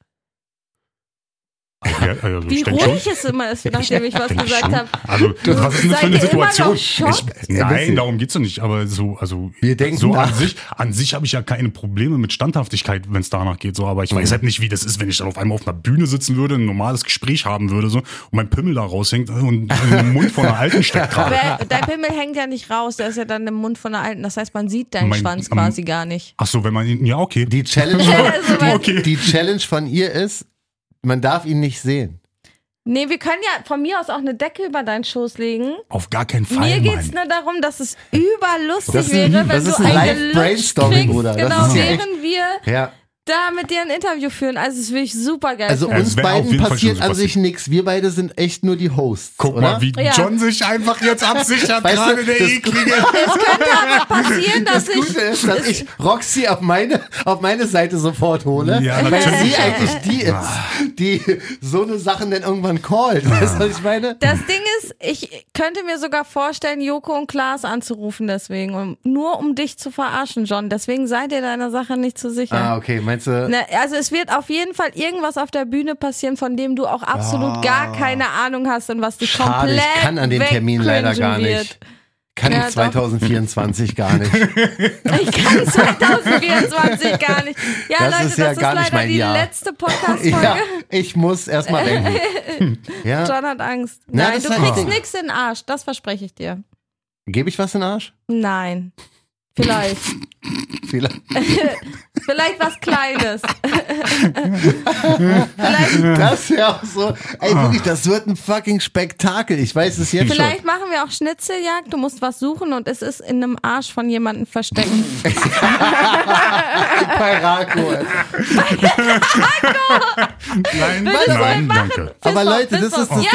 Speaker 4: also, ja, also,
Speaker 3: Wie
Speaker 4: ich denk schon.
Speaker 3: ruhig es
Speaker 2: *laughs*
Speaker 3: immer ist, nachdem ich was
Speaker 4: Denk
Speaker 3: gesagt
Speaker 4: schon.
Speaker 3: habe.
Speaker 4: Also, was ist denn das für
Speaker 3: Seid
Speaker 4: eine
Speaker 3: ihr immer noch
Speaker 4: Situation?
Speaker 3: schockt?
Speaker 2: Ein
Speaker 4: nein,
Speaker 2: bisschen.
Speaker 4: darum geht's ja nicht. Aber so, also
Speaker 2: Wir denken
Speaker 4: so an
Speaker 2: nach.
Speaker 4: sich, an sich habe ich ja keine Probleme mit Standhaftigkeit, wenn es danach geht. So, aber ich weiß halt nicht, wie das ist, wenn ich dann auf einmal auf einer Bühne sitzen würde, ein normales Gespräch haben würde, so und mein Pimmel da raushängt äh, und im Mund von einer Alten steckt
Speaker 2: *laughs*
Speaker 4: gerade.
Speaker 3: Weil Dein Pimmel hängt ja nicht raus, der ist ja dann im Mund von der Alten. Das heißt, man sieht deinen
Speaker 4: Mein-
Speaker 3: Schwanz
Speaker 4: am-
Speaker 3: quasi gar nicht.
Speaker 4: Ach so, wenn man ihn, ja okay.
Speaker 2: Die Challenge
Speaker 3: Also, weil-
Speaker 4: okay.
Speaker 2: Die Challenge von ihr ist, man darf ihn nicht sehen.
Speaker 3: Nee, wir können ja von mir aus auch eine Decke über deinen Schoß legen.
Speaker 4: Auf gar keinen Fall.
Speaker 3: Mir geht's
Speaker 4: Mann.
Speaker 3: nur darum, dass es überlustig
Speaker 2: Das ist ein-
Speaker 3: wäre, wenn
Speaker 2: das
Speaker 3: du
Speaker 2: ist ein
Speaker 3: einen
Speaker 2: live
Speaker 3: gelutscht
Speaker 2: Brainstorming,
Speaker 3: kriegst,
Speaker 2: Bruder. Das
Speaker 3: Genau,
Speaker 2: ist ja echt-
Speaker 3: während wir
Speaker 2: Ja.
Speaker 3: da mit dir ein Interview führen. Also das will ich super geil.
Speaker 2: Also
Speaker 3: finden.
Speaker 4: es
Speaker 2: uns
Speaker 4: wär auf
Speaker 2: beiden
Speaker 4: jeden Fall
Speaker 2: passiert
Speaker 4: schon so
Speaker 2: an sich nichts. Wir beide sind echt nur die Hosts.
Speaker 4: Guck
Speaker 2: oder?
Speaker 4: mal, wie
Speaker 3: Ja.
Speaker 4: John sich einfach jetzt absichert,
Speaker 2: Weißt du,
Speaker 4: gerade der
Speaker 2: das- *laughs*
Speaker 4: Eklige.
Speaker 3: es könnte aber passieren, dass
Speaker 2: Das Gute
Speaker 3: ich
Speaker 2: ist, dass ich Roxy auf meine, auf meine Seite sofort hole,
Speaker 4: Ja,
Speaker 2: weil
Speaker 4: natürlich. Ah.
Speaker 2: sie eigentlich die ist, die so eine Sachen dann irgendwann callt. Weißt du, was ich meine?
Speaker 3: das Ding ist, ich könnte mir sogar vorstellen, Joko und Klaas anzurufen deswegen, um, nur um dich zu verarschen, John. Deswegen sei dir deiner Sache nicht zu sicher.
Speaker 2: Ah, okay, meinst du?
Speaker 3: Ne, also es wird auf jeden Fall irgendwas auf der Bühne passieren, von dem du auch absolut gar keine Ahnung hast und was dich
Speaker 2: Ah. Schade,
Speaker 3: komplett
Speaker 2: ich kann an dem Termin leider gar
Speaker 3: wegcringen
Speaker 2: nicht. Kann
Speaker 3: Ja,
Speaker 2: ich
Speaker 3: doch.
Speaker 2: 2024 gar nicht.
Speaker 3: wird.
Speaker 2: *laughs*
Speaker 3: Ich kann 2024 gar nicht. Ja,
Speaker 2: Das
Speaker 3: Leute,
Speaker 2: ist ja
Speaker 3: das
Speaker 2: gar
Speaker 3: ist
Speaker 2: nicht
Speaker 3: leider
Speaker 2: mein
Speaker 3: die
Speaker 2: Jahr.
Speaker 3: letzte Podcast-Folge.
Speaker 2: *laughs* Ja, ich muss erstmal denken.
Speaker 3: *laughs*
Speaker 2: Ja,
Speaker 3: John hat Angst.
Speaker 2: Na,
Speaker 3: Nein,
Speaker 2: das
Speaker 3: du
Speaker 2: ist
Speaker 3: kriegst
Speaker 2: richtig.
Speaker 3: nichts in den Arsch, das verspreche ich dir.
Speaker 2: gebe ich was in den Arsch?
Speaker 3: Nein. Vielleicht.
Speaker 2: Vielleicht.
Speaker 3: Vielleicht was Kleines. vielleicht,
Speaker 2: Das ist ja auch so. Ey, wirklich, das wird ein fucking Spektakel. Ich weiß es jetzt schon.
Speaker 3: Ah. vielleicht machen wir auch Schnitzeljagd, du musst was suchen und es ist in einem Arsch von jemandem versteckt.
Speaker 2: Bei Rako.
Speaker 4: Nein,
Speaker 3: Würdest du
Speaker 4: nein,
Speaker 3: denn machen?
Speaker 4: danke.
Speaker 2: Aber
Speaker 3: Piss auf,
Speaker 2: Leute,
Speaker 3: piss
Speaker 2: das ist
Speaker 3: auf.
Speaker 2: das
Speaker 3: Ja!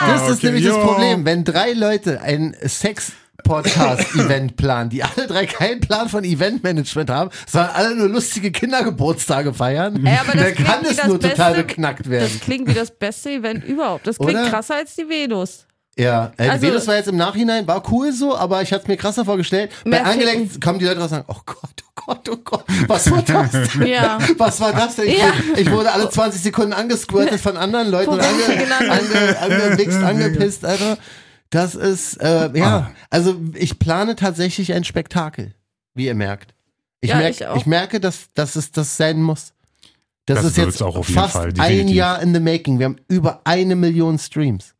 Speaker 3: Ah,
Speaker 2: Ding. Das ist
Speaker 4: Okay,
Speaker 2: nämlich das
Speaker 4: jo.
Speaker 2: Problem. Wenn drei Leute ein Sex Podcast Event planen, die alle drei keinen Plan von Eventmanagement haben, sondern alle nur lustige Kindergeburtstage feiern,
Speaker 3: Ey, aber das
Speaker 2: dann kann
Speaker 3: klingt wie
Speaker 2: es
Speaker 3: das
Speaker 2: nur total
Speaker 3: beste-
Speaker 2: beknackt
Speaker 3: Das
Speaker 2: werden.
Speaker 3: klingt wie das beste Event überhaupt. Das klingt
Speaker 2: Oder?
Speaker 3: krasser als die Venus.
Speaker 2: Ja, äh,
Speaker 3: Also-
Speaker 2: Venus war jetzt im Nachhinein, war cool so, aber ich hatte es mir krasser vorgestellt. Bei
Speaker 3: Mehr
Speaker 2: Angelenkt kommen die Leute raus und sagen, oh Gott, oh Gott, oh Gott, was war das denn? *laughs*
Speaker 3: Ja.
Speaker 2: Was war das denn? Ich,
Speaker 3: Ja.
Speaker 2: ich wurde alle 20 Sekunden angesquirtet von anderen Leuten und ange,
Speaker 3: Genau.
Speaker 2: ange, angewichst, angepisst, Alter. Das ist, äh,
Speaker 4: Ah.
Speaker 2: ja, also ich plane tatsächlich ein Spektakel, wie ihr merkt. Ich,
Speaker 3: Ja,
Speaker 2: merk,
Speaker 3: ich auch.
Speaker 2: merke, dass, dass es das sein muss. Das,
Speaker 4: Das
Speaker 2: ist jetzt
Speaker 4: wird's auch auf jeden
Speaker 2: fast
Speaker 4: Fall,
Speaker 2: ein
Speaker 4: definitiv.
Speaker 2: Jahr in the making. Wir haben über eine Million Streams.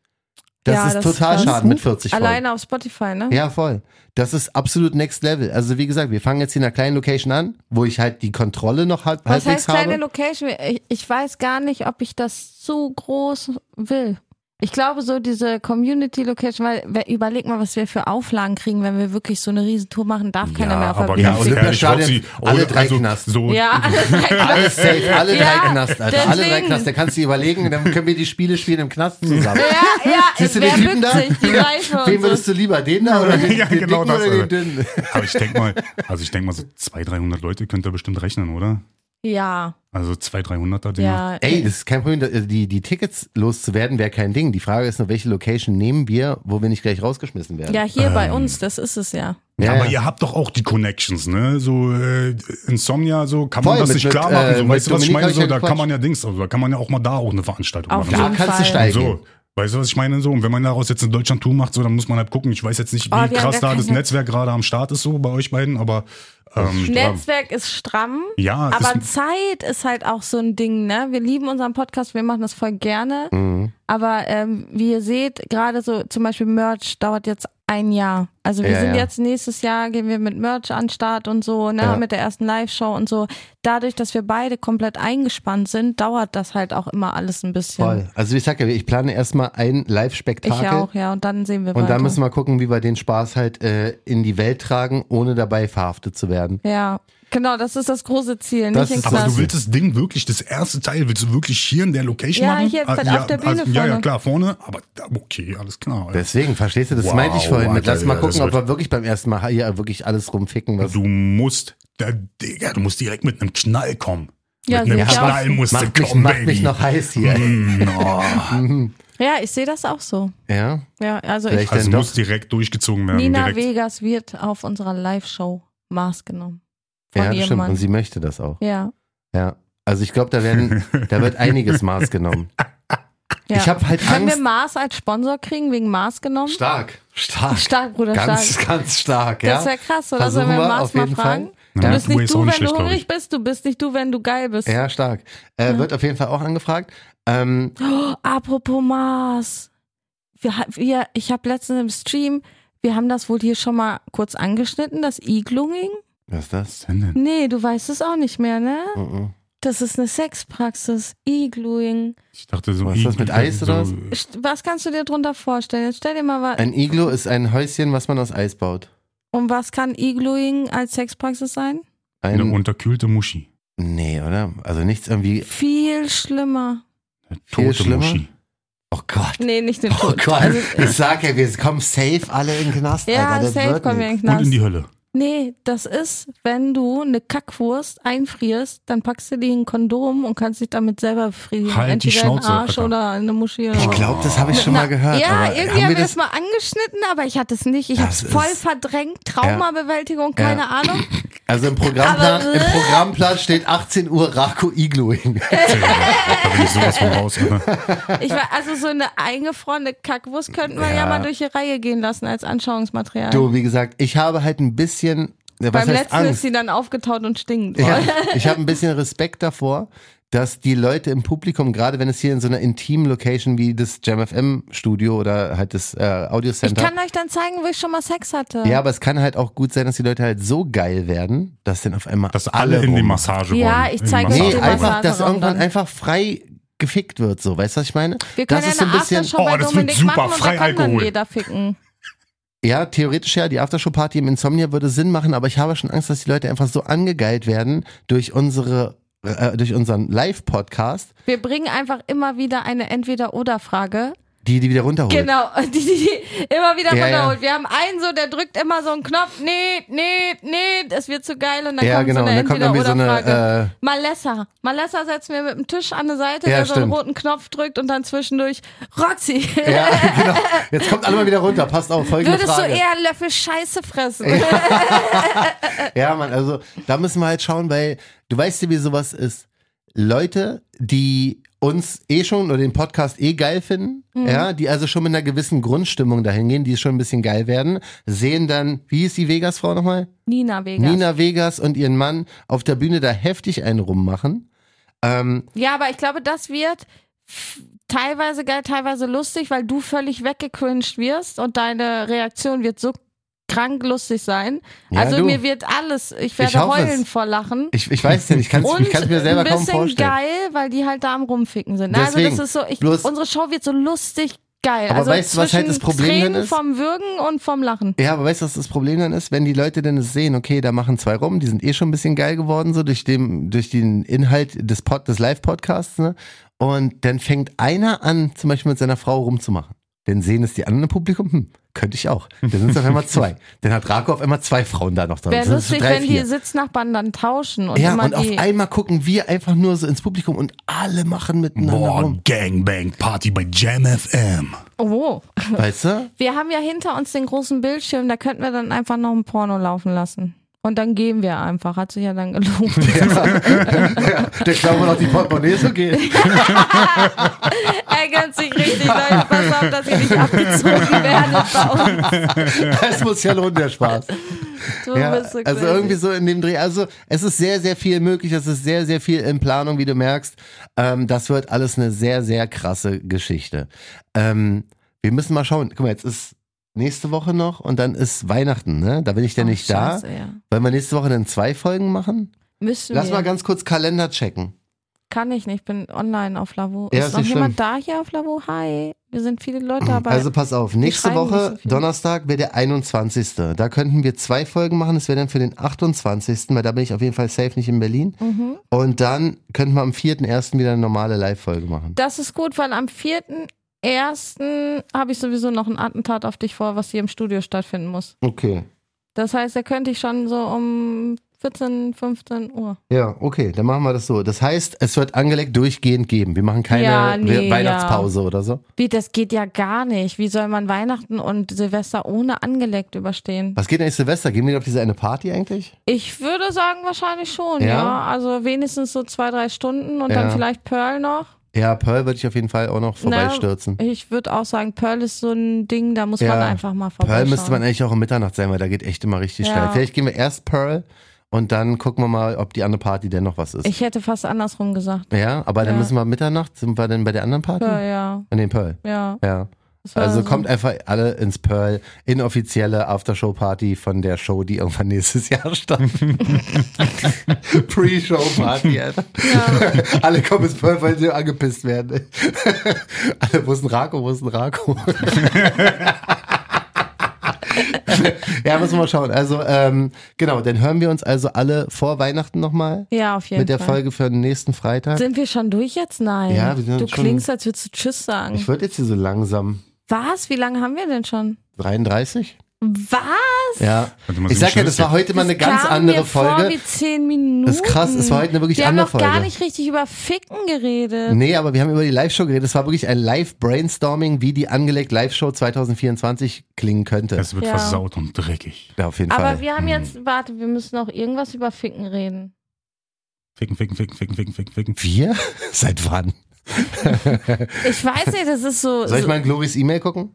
Speaker 2: Das
Speaker 3: Ja,
Speaker 2: ist
Speaker 3: das ist
Speaker 2: total
Speaker 3: krass.
Speaker 2: schade mit 40 Folgen.
Speaker 3: Alleine auf Spotify, ne?
Speaker 2: Ja, voll. Das ist absolut next level. Also wie gesagt, wir fangen jetzt hier in einer kleinen Location an, wo ich halt die Kontrolle noch halb,
Speaker 3: Was heißt
Speaker 2: halbwegs
Speaker 3: kleine
Speaker 2: habe.
Speaker 3: Location? Ich, ich weiß gar nicht, ob ich das so groß will. Ich glaube, so diese Community-Location, weil wer- überleg mal, was wir für Auflagen kriegen, wenn wir wirklich so eine Riesentour machen, darf keiner mehr auf der Bühne
Speaker 2: ja,
Speaker 3: stehen.
Speaker 2: und- Olympiastadion, alle drei
Speaker 4: also,
Speaker 2: Knast. *laughs*
Speaker 4: So,
Speaker 3: Ja, alles drei
Speaker 2: Alles safe, alle
Speaker 3: Ja,
Speaker 2: drei Knast, Alter. Alle drei
Speaker 3: deswegen.
Speaker 2: Knast. Da kannst du dir überlegen, dann können wir die Spiele spielen im
Speaker 3: *laughs*
Speaker 2: Knast zusammen.
Speaker 3: Ja, ja,
Speaker 2: Siehst du
Speaker 3: wer
Speaker 2: den Typen
Speaker 3: bückt
Speaker 2: da?
Speaker 3: sich? Die Seife
Speaker 2: Wen
Speaker 3: und so.
Speaker 2: würdest du lieber? Den da
Speaker 4: *laughs*
Speaker 2: oder den,
Speaker 4: Ja,
Speaker 2: den
Speaker 4: genau
Speaker 2: dicken
Speaker 4: das,
Speaker 2: oder den
Speaker 4: Alter.
Speaker 2: dünnen?
Speaker 4: Aber ich denke mal, also ich denke
Speaker 3: *laughs*
Speaker 4: mal, so 200, 300 Leute könnt ihr bestimmt rechnen, oder?
Speaker 3: Ja,
Speaker 4: Also 200, 300er Dinger.
Speaker 3: ja.
Speaker 2: Ey, das ist kein Problem. da- Die, die Tickets loszuwerden wäre kein Ding. Die Frage ist nur, welche Location nehmen wir, wo wir nicht gleich rausgeschmissen werden.
Speaker 3: ja, hier bei
Speaker 4: Ähm.
Speaker 3: uns, das ist es ja.
Speaker 4: Ja, aber
Speaker 2: ja.
Speaker 4: ihr habt doch auch die Connections, ne? So äh, Insomnia, so kann man
Speaker 2: Voll,
Speaker 4: das
Speaker 2: mit-
Speaker 4: nicht
Speaker 2: mit,
Speaker 4: klar machen.
Speaker 2: äh,
Speaker 4: So,
Speaker 2: mit
Speaker 4: weißt du, was ich
Speaker 2: Dominik hab
Speaker 4: meine?
Speaker 2: ich
Speaker 4: So,
Speaker 2: ja
Speaker 4: da kann
Speaker 2: gequatscht.
Speaker 4: man ja Dings, also, da kann man ja auch mal da auch eine Veranstaltung
Speaker 3: Auf
Speaker 2: Da
Speaker 4: machen.
Speaker 3: jeden
Speaker 2: kannst du
Speaker 3: Fall.
Speaker 2: steigen.
Speaker 4: So. Weißt du, was ich meine? So, und wenn man daraus jetzt eine Deutschland-Tour macht, so, dann muss man halt gucken. Ich weiß jetzt nicht, wie
Speaker 3: Oh, wir haben
Speaker 4: krass
Speaker 3: gar
Speaker 4: da das
Speaker 3: keine-
Speaker 4: Netzwerk gerade am Start ist, so bei euch beiden, aber ähm,
Speaker 3: Netzwerk ist stramm.
Speaker 4: ja,
Speaker 3: Aber
Speaker 4: ist,
Speaker 3: Zeit ist halt auch so ein Ding, ne? Wir lieben unseren Podcast, wir machen das voll gerne.
Speaker 2: Mhm.
Speaker 3: Aber ähm, wie ihr seht, gerade so zum Beispiel Merch dauert jetzt ein Jahr. Also wir
Speaker 2: Ja,
Speaker 3: sind
Speaker 2: ja.
Speaker 3: jetzt nächstes Jahr, gehen wir mit Merch an den Start und so, ne?
Speaker 2: Ja.
Speaker 3: Mit der ersten Live-Show und so. Dadurch, dass wir beide komplett eingespannt sind, dauert das halt auch immer alles ein bisschen.
Speaker 2: Voll. Also ich sag ja, ich plane erstmal ein
Speaker 3: Ich
Speaker 2: Live-Spektakel.
Speaker 3: ja auch, ja. Und dann sehen wir
Speaker 2: Und
Speaker 3: weiter.
Speaker 2: dann müssen wir gucken, wie wir den Spaß halt äh, in die Welt tragen, ohne dabei verhaftet zu werden.
Speaker 3: ja, genau, das ist das große Ziel,
Speaker 2: Das
Speaker 3: nicht in
Speaker 2: ist-
Speaker 4: aber
Speaker 3: Klassen.
Speaker 4: du willst das Ding wirklich, das erste Teil, willst du wirklich hier in der Location
Speaker 3: Ja,
Speaker 4: machen?
Speaker 3: hier
Speaker 4: Ah,
Speaker 3: auf der Bühne
Speaker 4: also, ja, ja,
Speaker 3: vorne.
Speaker 4: klar, vorne, aber da- okay, alles klar. Alter.
Speaker 2: Deswegen, verstehst du, das
Speaker 4: Wow,
Speaker 2: meinte ich vorhin mit.
Speaker 4: Alter,
Speaker 2: Lass mal
Speaker 4: ja, das
Speaker 2: gucken, ob
Speaker 4: wird-
Speaker 2: wir wirklich beim ersten Mal hier wirklich alles rumficken. Was
Speaker 4: Du musst, da, Digga, du musst direkt mit einem Knall kommen.
Speaker 3: Ja,
Speaker 4: mit einem
Speaker 3: sicher.
Speaker 4: Knall musst du
Speaker 2: macht, mich,
Speaker 4: kommen,
Speaker 2: macht
Speaker 4: Baby.
Speaker 2: mich noch heiß hier.
Speaker 4: Mm, oh.
Speaker 3: Ja, ich sehe das auch so.
Speaker 2: *laughs* Ja,
Speaker 3: Ja, also ich
Speaker 2: vielleicht
Speaker 4: Also
Speaker 2: dann doch.
Speaker 4: muss direkt durchgezogen werden.
Speaker 3: Nina
Speaker 4: direkt.
Speaker 3: Vegas wird auf unserer Live-Show maßgenommen. Von
Speaker 2: Ja, das
Speaker 3: ihrem
Speaker 2: stimmt.
Speaker 3: Mann.
Speaker 2: Und sie möchte das auch.
Speaker 3: Ja.
Speaker 2: Ja. Also ich glaube, da
Speaker 4: *laughs*
Speaker 2: werden, da wird einiges Maß genommen.
Speaker 3: ja.
Speaker 2: Ich habe halt
Speaker 3: Können wir
Speaker 2: Angst.
Speaker 3: Mars als Sponsor kriegen, wegen Mars genommen?
Speaker 2: Stark, stark,
Speaker 3: Stark, Bruder,
Speaker 2: ganz,
Speaker 3: stark.
Speaker 2: ganz stark. Ja.
Speaker 3: Das wäre krass, oder?
Speaker 2: Versuchen
Speaker 3: Sollen wir
Speaker 2: wir
Speaker 3: Mars
Speaker 2: auf
Speaker 3: mal
Speaker 2: jeden
Speaker 3: fragen?
Speaker 2: Fall.
Speaker 3: Du
Speaker 2: Ja.
Speaker 3: bist
Speaker 4: Subway
Speaker 3: nicht
Speaker 4: ist
Speaker 3: du,
Speaker 4: auch
Speaker 3: wenn
Speaker 4: nicht schlecht,
Speaker 3: du
Speaker 4: glaub ich.
Speaker 3: hungrig bist, du bist nicht du, wenn du geil bist.
Speaker 2: Ja, stark. Äh, Wird auf jeden Fall auch angefragt. Ähm,
Speaker 3: Oh, apropos Mars. Wir, ha- wir, ich habe letztens im Stream, wir haben das wohl hier schon mal kurz angeschnitten, das Iglunging.
Speaker 2: was ist das?
Speaker 4: denn denn?
Speaker 3: Nee, du weißt es auch nicht mehr, ne?
Speaker 2: Mhm.
Speaker 3: Das ist eine Sexpraxis. Igluing.
Speaker 4: Ich dachte so. halt
Speaker 2: Was ist das mit Eis oder was?
Speaker 3: St- Was kannst du dir drunter vorstellen? Jetzt stell dir mal was.
Speaker 2: Ein Iglo ist ein Häuschen, was man aus Eis baut.
Speaker 3: Und um was kann Igluing als Sexpraxis sein?
Speaker 2: Ein,
Speaker 4: Eine unterkühlte Muschi.
Speaker 2: nee, oder? Also nichts irgendwie.
Speaker 3: Viel schlimmer.
Speaker 4: Eine
Speaker 2: Viel
Speaker 4: tote
Speaker 2: schlimmer?
Speaker 4: Muschi.
Speaker 2: Oh Gott.
Speaker 3: Nee, nicht den
Speaker 2: Oh
Speaker 3: Tod.
Speaker 2: Gott.
Speaker 3: Also,
Speaker 2: *laughs* ich sag ja, wir kommen safe alle in den Knast.
Speaker 3: ja,
Speaker 2: Alter, das
Speaker 3: safe
Speaker 2: wird
Speaker 3: kommen wir in
Speaker 2: nix.
Speaker 3: den
Speaker 4: Und in
Speaker 3: Knast.
Speaker 4: die Hölle. *laughs*
Speaker 3: Nee, das ist, wenn du eine Kackwurst einfrierst, dann packst du die in ein Kondom und kannst dich damit selber befriedigen.
Speaker 4: Halt die
Speaker 3: Entweder in
Speaker 4: Schnauze,
Speaker 3: den Arsch
Speaker 4: Alter.
Speaker 3: oder in eine Muschi. Oder
Speaker 2: Ich
Speaker 3: so.
Speaker 2: glaube, das habe ich schon mal gehört.
Speaker 3: ja,
Speaker 2: aber äh,
Speaker 3: irgendwie
Speaker 2: haben
Speaker 3: haben
Speaker 2: wir
Speaker 3: das
Speaker 2: das,
Speaker 3: mal angeschnitten, aber ich hatte es nicht. Ich habe
Speaker 2: Das
Speaker 3: es voll
Speaker 2: ist-
Speaker 3: verdrängt. Traumabewältigung,
Speaker 2: Ja.
Speaker 3: keine
Speaker 2: *laughs*
Speaker 3: Ahnung.
Speaker 2: also im Programmplan,
Speaker 3: Aber- äh,
Speaker 2: im Programmplan steht 18 Uhr Rako Igloing.
Speaker 4: Da bin ich sowas von raus, ne? Alter.
Speaker 3: Ich war, also so eine eingefrorene Kackwurst könnten wir ja.
Speaker 2: Ja.
Speaker 3: mal durch die Reihe gehen lassen als Anschauungsmaterial.
Speaker 2: Du, wie gesagt, ich habe halt ein bisschen, äh, was
Speaker 3: Beim
Speaker 2: heißt
Speaker 3: letzten ist
Speaker 2: Angst?
Speaker 3: sie dann aufgetaut und stinkend.
Speaker 2: Ja, ich habe ein bisschen Respekt davor, dass die Leute im Publikum, gerade wenn es hier in so einer intimen Location wie das JamFM Studio oder halt das äh, Audio
Speaker 3: Ich
Speaker 2: Center.
Speaker 3: kann euch dann zeigen, wo ich schon mal Sex hatte.
Speaker 2: Ja, aber es kann halt auch gut sein, dass die Leute halt so geil werden, dass dann auf einmal
Speaker 4: Dass alle in die
Speaker 2: rum-
Speaker 4: Massage wollen.
Speaker 3: Ja, ich
Speaker 4: In die
Speaker 3: zeige
Speaker 4: Massage
Speaker 3: euch
Speaker 2: Nee,
Speaker 3: den
Speaker 4: wollen.
Speaker 2: einfach, dass
Speaker 3: Massageraum
Speaker 2: irgendwann
Speaker 3: dann.
Speaker 2: einfach frei gefickt wird, so. Weißt du, was ich meine?
Speaker 3: wir können
Speaker 2: das
Speaker 3: ja eine
Speaker 2: ist so ein bisschen.
Speaker 3: Aftershow
Speaker 4: Oh,
Speaker 3: bei
Speaker 4: das wird
Speaker 3: Dominik
Speaker 4: super,
Speaker 3: machen und da
Speaker 4: frei
Speaker 3: kann dann
Speaker 4: Alkohol.
Speaker 3: jeder ficken.
Speaker 2: Ja, theoretisch ja, die Aftershow-Party im Insomnia würde Sinn machen, aber ich habe schon Angst, dass die Leute einfach so angegeilt werden durch unsere, äh, durch unseren Live-Podcast,
Speaker 3: Wir bringen einfach immer wieder eine Entweder-Oder-Frage.
Speaker 2: die die wieder runterholt.
Speaker 3: Genau, *laughs* die, die, die immer wieder
Speaker 2: Ja, ja.
Speaker 3: runterholt. Wir haben einen so, der drückt immer so einen Knopf. Nee, nee, nee, das wird zu geil. Und dann
Speaker 2: Ja,
Speaker 3: kommt
Speaker 2: genau.
Speaker 3: so
Speaker 2: Und
Speaker 3: eine
Speaker 2: dann kommt irgendwie so eine,
Speaker 3: Entweder-Oder-Frage.
Speaker 2: äh,
Speaker 3: Malessa. Malessa setzen wir mit dem Tisch an eine Seite,
Speaker 2: Ja,
Speaker 3: der so einen
Speaker 2: stimmt.
Speaker 3: roten Knopf drückt und dann zwischendurch Roxy.
Speaker 2: Ja, *laughs* genau. Jetzt kommt alle mal wieder runter. Passt auf, folgende
Speaker 3: Würdest
Speaker 2: Frage.
Speaker 3: du eher Löffel Scheiße fressen?
Speaker 2: ja, Mann, also da müssen wir halt schauen, weil du weißt ja, wie sowas ist. Leute, die uns eh schon oder den Podcast eh geil finden,
Speaker 3: Mhm.
Speaker 2: ja, die also schon mit einer gewissen Grundstimmung dahin gehen, die schon ein bisschen geil werden, sehen dann, wie hieß die Vegas-Frau nochmal?
Speaker 3: *laughs* Nina Vegas.
Speaker 2: Nina Vegas und ihren Mann auf der Bühne da heftig einen rummachen. Ähm,
Speaker 3: Ja, aber ich glaube, das wird f- teilweise geil, teilweise lustig, weil du völlig weggecringed wirst und deine Reaktion wird so krank lustig sein.
Speaker 2: Ja,
Speaker 3: also
Speaker 2: du.
Speaker 3: mir wird alles, ich werde
Speaker 2: Ich hoffe
Speaker 3: heulen
Speaker 2: es.
Speaker 3: vor Lachen.
Speaker 2: ich, ich weiß ja nicht, ich kann
Speaker 3: und
Speaker 2: es mir selber
Speaker 3: ein
Speaker 2: kaum
Speaker 3: bisschen
Speaker 2: vorstellen.
Speaker 3: geil, weil die halt da am Rumficken sind. also
Speaker 2: Deswegen.
Speaker 3: das ist so, ich,
Speaker 2: Bloß-
Speaker 3: unsere Show wird so lustig Geil.
Speaker 2: Aber
Speaker 3: also
Speaker 2: weißt du, was halt das
Speaker 3: zwischen
Speaker 2: Problem denn
Speaker 3: Tränen
Speaker 2: ist?
Speaker 3: vom Würgen und vom Lachen.
Speaker 2: Ja, aber weißt du, was das Problem dann ist? Wenn die Leute dann es sehen, okay, da machen zwei rum, die sind eh schon ein bisschen geil geworden, so durch, dem, durch den Inhalt des, Pod, des Live-Podcasts, ne? Und dann fängt einer an, zum Beispiel mit seiner Frau rumzumachen. Dann sehen es die anderen im Publikum, hm, könnte ich auch. Dann sind es auf *laughs* einmal zwei. Dann hat Rako auf einmal zwei Frauen da noch dran.
Speaker 3: Wäre
Speaker 2: Dann sind es
Speaker 3: lustig,
Speaker 2: drei,
Speaker 3: wenn
Speaker 2: vier.
Speaker 3: die Sitznachbarn dann tauschen und
Speaker 2: Ja,
Speaker 3: immer
Speaker 2: und auf
Speaker 3: die.
Speaker 2: einmal gucken wir einfach nur so ins Publikum und alle machen miteinander
Speaker 4: Boah,
Speaker 2: rum.
Speaker 4: Gangbang-Party bei Jam FM.
Speaker 3: Oh.
Speaker 2: Weißt du?
Speaker 3: Wir haben ja hinter uns den großen Bildschirm, da könnten wir dann einfach noch ein Porno laufen lassen. Und dann gehen wir einfach. Hat sich ja dann gelohnt.
Speaker 2: Der klauen wir noch die Portemonnaies, okay.
Speaker 3: *laughs* Ärgert sich richtig, Leute. Pass auf, dass ihr nicht
Speaker 2: *laughs*
Speaker 3: abgezogen werdet bei uns.
Speaker 2: *laughs* Das muss ja lohnen, der Spaß.
Speaker 3: Du
Speaker 2: Ja,
Speaker 3: bist Oh, so
Speaker 2: also
Speaker 3: crazy.
Speaker 2: irgendwie so in dem Dreh. Also es ist sehr, sehr viel möglich. Es ist sehr, sehr viel in Planung, wie du merkst. Ähm, das wird alles eine sehr, sehr krasse Geschichte. Ähm, wir müssen mal schauen. Guck mal, jetzt ist nächste Woche noch und dann ist Weihnachten, ne? Da bin ich ja
Speaker 3: Ach,
Speaker 2: nicht
Speaker 3: Scheiße,
Speaker 2: da.
Speaker 3: Ja.
Speaker 2: Wollen wir nächste Woche dann zwei Folgen machen?
Speaker 3: Müssen
Speaker 2: Lass
Speaker 3: wir.
Speaker 2: mal ganz kurz Kalender checken.
Speaker 3: Kann ich nicht, bin online auf Lavo.
Speaker 2: Ja,
Speaker 3: ist
Speaker 2: ist
Speaker 3: noch
Speaker 2: nicht
Speaker 3: jemand da hier auf Lavo? Hi. Wir sind viele Leute dabei.
Speaker 2: Also pass auf, nächste
Speaker 3: schreiben nicht
Speaker 2: Woche,
Speaker 3: so viel.
Speaker 2: Donnerstag, wäre der 21. Da könnten wir zwei Folgen machen. Das wäre dann für den 28., weil da bin ich auf jeden Fall safe nicht in Berlin.
Speaker 3: mhm.
Speaker 2: Und dann könnten wir am 4.1. wieder eine normale Live-Folge machen.
Speaker 3: Das ist gut, weil am 4.1. habe ich sowieso noch ein Attentat auf dich vor, was hier im Studio stattfinden muss.
Speaker 2: Okay.
Speaker 3: Das heißt, da könnte ich schon so um 14, 15 Uhr.
Speaker 2: Ja, okay, dann machen wir das so. Das heißt, es wird angelegt durchgehend geben. Wir machen keine
Speaker 3: Ja, nee,
Speaker 2: We- Weihnachtspause oder so.
Speaker 3: Wie, das geht ja gar nicht. Wie soll man Weihnachten und Silvester ohne angeleckt überstehen?
Speaker 2: Was geht denn eigentlich Silvester? Gehen wir auf diese eine Party eigentlich?
Speaker 3: Ich würde sagen, wahrscheinlich schon, ja.
Speaker 2: Ja?
Speaker 3: Also wenigstens so zwei, drei Stunden und dann
Speaker 2: Ja.
Speaker 3: vielleicht Pearl noch.
Speaker 2: Ja, Pearl würde ich auf jeden Fall auch noch vorbeistürzen.
Speaker 3: Na, ich würde auch sagen, Pearl ist so ein Ding, da muss
Speaker 2: Ja.
Speaker 3: man einfach mal vorbeischauen.
Speaker 2: Pearl müsste man eigentlich auch um Mitternacht sein, weil da geht echt immer richtig
Speaker 3: Ja.
Speaker 2: steil. Vielleicht gehen wir erst Pearl und dann gucken wir mal, ob die andere Party denn noch was ist.
Speaker 3: ich hätte fast andersrum gesagt.
Speaker 2: ja, aber dann
Speaker 3: Ja.
Speaker 2: müssen wir Mitternacht, sind wir denn bei der anderen Party?
Speaker 3: Pearl, ja.
Speaker 2: An den Pearl.
Speaker 3: Ja.
Speaker 2: Ja.
Speaker 3: Das war
Speaker 2: Also
Speaker 3: so.
Speaker 2: kommt einfach alle ins Pearl, inoffizielle Aftershow-Party von der Show, die irgendwann nächstes Jahr *laughs* stattfindet. Pre-Show-Party, Alter. *laughs* alle kommen ins Pearl, weil sie angepisst werden. *laughs* alle, wo ist ein Rako, wo ist ein Rako? *laughs* ja, müssen wir mal schauen. Also, ähm, genau, dann hören wir uns also alle vor Weihnachten nochmal
Speaker 3: Ja, auf jeden
Speaker 2: mit der
Speaker 3: Fall.
Speaker 2: Folge für den nächsten Freitag.
Speaker 3: Sind wir schon durch jetzt? Nein.
Speaker 2: Ja, wir sind
Speaker 3: du
Speaker 2: schon-
Speaker 3: klingst, als würdest du Tschüss sagen.
Speaker 2: Ich würde jetzt hier so langsam
Speaker 3: Was? Wie lange haben wir denn schon?
Speaker 2: 33?
Speaker 3: Was?
Speaker 2: Ja.
Speaker 4: Warte mal,
Speaker 2: Ich
Speaker 4: so ein
Speaker 2: sag ja, das war
Speaker 4: Schnipsel.
Speaker 2: heute mal eine ganz
Speaker 3: Kam mir
Speaker 2: andere
Speaker 3: Vor
Speaker 2: Folge.
Speaker 3: wie zehn Minuten.
Speaker 2: Das ist krass, es war heute eine wirklich
Speaker 3: wir
Speaker 2: andere
Speaker 3: haben noch gar
Speaker 2: Folge.
Speaker 3: nicht richtig über Ficken geredet.
Speaker 2: Nee, aber wir haben über die Live-Show geredet. Es war wirklich ein Live-Brainstorming, wie die angelegt Live-Show 2024 klingen könnte. Hm.
Speaker 4: Es wird
Speaker 3: Ja.
Speaker 4: versaut und dreckig.
Speaker 2: Ja, auf jeden
Speaker 3: Aber
Speaker 2: Fall.
Speaker 3: wir haben jetzt, warte, wir müssen noch irgendwas über Ficken reden.
Speaker 4: Ficken, ficken, ficken, ficken, ficken, ficken, ficken.
Speaker 2: Wir? *laughs* Seit wann?
Speaker 3: Ich weiß nicht, das ist so.
Speaker 2: *laughs* Soll ich
Speaker 3: so
Speaker 2: mal in Gloris E-Mail gucken?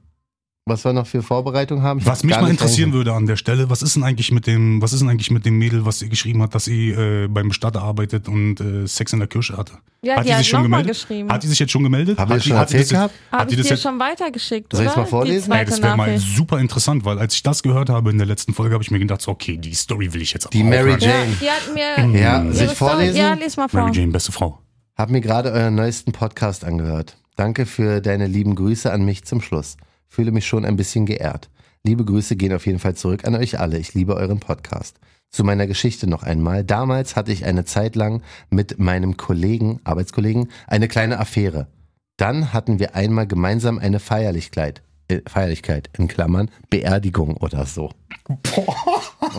Speaker 2: Was wir noch für Vorbereitung haben? Ich
Speaker 4: Was
Speaker 2: hab
Speaker 4: mich
Speaker 2: gar
Speaker 4: mal
Speaker 2: nicht
Speaker 4: interessieren
Speaker 2: eigentlich-
Speaker 4: würde an der Stelle, was ist denn eigentlich mit dem, was ist denn eigentlich mit dem Mädel, was ihr geschrieben hat, dass sie äh, beim Bestatter arbeitet und äh, Sex in der Kirche hatte?
Speaker 3: ja,
Speaker 4: hat
Speaker 3: die
Speaker 4: die
Speaker 3: hat
Speaker 4: sich schon
Speaker 3: nochmal
Speaker 4: gemeldet?
Speaker 3: geschrieben.
Speaker 4: Hat die sich jetzt schon gemeldet?
Speaker 2: Haben wir
Speaker 4: hat
Speaker 2: das
Speaker 4: die,
Speaker 2: schon
Speaker 4: hat die
Speaker 2: erzählt
Speaker 4: das,
Speaker 2: gehabt?
Speaker 3: Hab
Speaker 4: hat die
Speaker 3: ich
Speaker 4: das
Speaker 3: dir
Speaker 4: jetzt
Speaker 3: schon weitergeschickt,
Speaker 2: Soll ich's
Speaker 3: oder?
Speaker 2: mal vorlesen?
Speaker 3: Die
Speaker 4: Ey, das
Speaker 3: zweite
Speaker 4: wäre mal
Speaker 3: Nachricht.
Speaker 4: super interessant, weil als ich das gehört habe in der letzten Folge, habe ich mir gedacht, so, okay, die Story will ich jetzt aber
Speaker 2: Die
Speaker 4: auch
Speaker 2: Mary
Speaker 4: hören.
Speaker 3: ja,
Speaker 2: Jane.
Speaker 3: die hat mir.
Speaker 2: Ja,
Speaker 3: ihre
Speaker 2: soll ich
Speaker 3: Story-
Speaker 2: vorlesen?
Speaker 3: Ja, les mal vor.
Speaker 4: Mary Jane, beste Frau.
Speaker 2: Hab mir gerade euren neuesten Podcast angehört. Danke für deine lieben Grüße an mich zum Schluss. Fühle mich schon ein bisschen geehrt. Liebe Grüße gehen auf jeden Fall zurück an euch alle. Ich liebe euren Podcast. Zu meiner Geschichte noch einmal. Damals hatte ich eine Zeit lang mit meinem Kollegen, Arbeitskollegen, eine kleine Affäre. Dann hatten wir einmal gemeinsam eine Feierlichkeit, äh, Feierlichkeit in Klammern, Beerdigung oder so. Oh.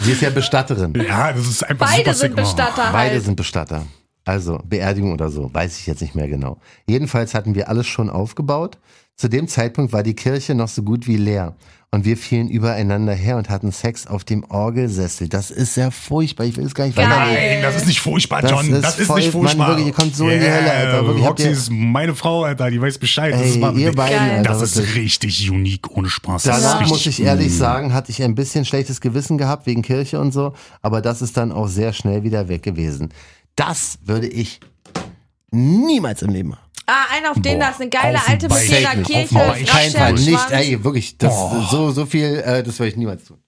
Speaker 2: Sie ist ja Bestatterin.
Speaker 4: Ja, das ist einfach super
Speaker 3: Beide sind
Speaker 4: sick. Oh.
Speaker 3: Bestatter
Speaker 2: Beide
Speaker 3: halt.
Speaker 2: sind Bestatter. Also Beerdigung oder so, weiß ich jetzt nicht mehr genau. Jedenfalls hatten wir alles schon aufgebaut. Zu dem Zeitpunkt war die Kirche noch so gut wie leer. Und wir fielen übereinander her und hatten Sex auf dem Orgelsessel. Das ist ja furchtbar. Ich will es gar nicht weiterreden.
Speaker 4: Oh, Nein, das ist nicht furchtbar,
Speaker 2: Das
Speaker 4: John.
Speaker 2: ist
Speaker 4: Das ist
Speaker 2: voll-
Speaker 4: nicht
Speaker 2: Mann,
Speaker 4: furchtbar.
Speaker 2: wirklich, ihr kommt so in die Hölle, Alter. Wirklich, habt
Speaker 4: Roxy
Speaker 2: ihr-
Speaker 4: ist meine Frau, Alter. Die weiß Bescheid. das
Speaker 2: Ey,
Speaker 4: ist mal
Speaker 2: ihr beiden, Geil. Alter,
Speaker 4: Das ist
Speaker 2: wirklich.
Speaker 4: richtig unique, ohne Spaß. Das ist
Speaker 2: Danach
Speaker 4: richtig
Speaker 2: muss ich ehrlich sagen, hatte ich ein bisschen schlechtes Gewissen gehabt wegen Kirche und so, aber das ist dann auch sehr schnell wieder weg gewesen. Das würde ich niemals im Leben machen.
Speaker 3: Ah, einer auf den,
Speaker 4: Boah,
Speaker 3: das ist eine geile
Speaker 4: auf
Speaker 3: alte
Speaker 4: den Beinen,
Speaker 3: Berliner
Speaker 4: auf
Speaker 3: Kirche.
Speaker 4: den Beinen.
Speaker 2: Auf keinen Fall
Speaker 3: Raschelschwanz.
Speaker 2: nicht, ey, wirklich, das so so viel, äh, das werde ich niemals tun.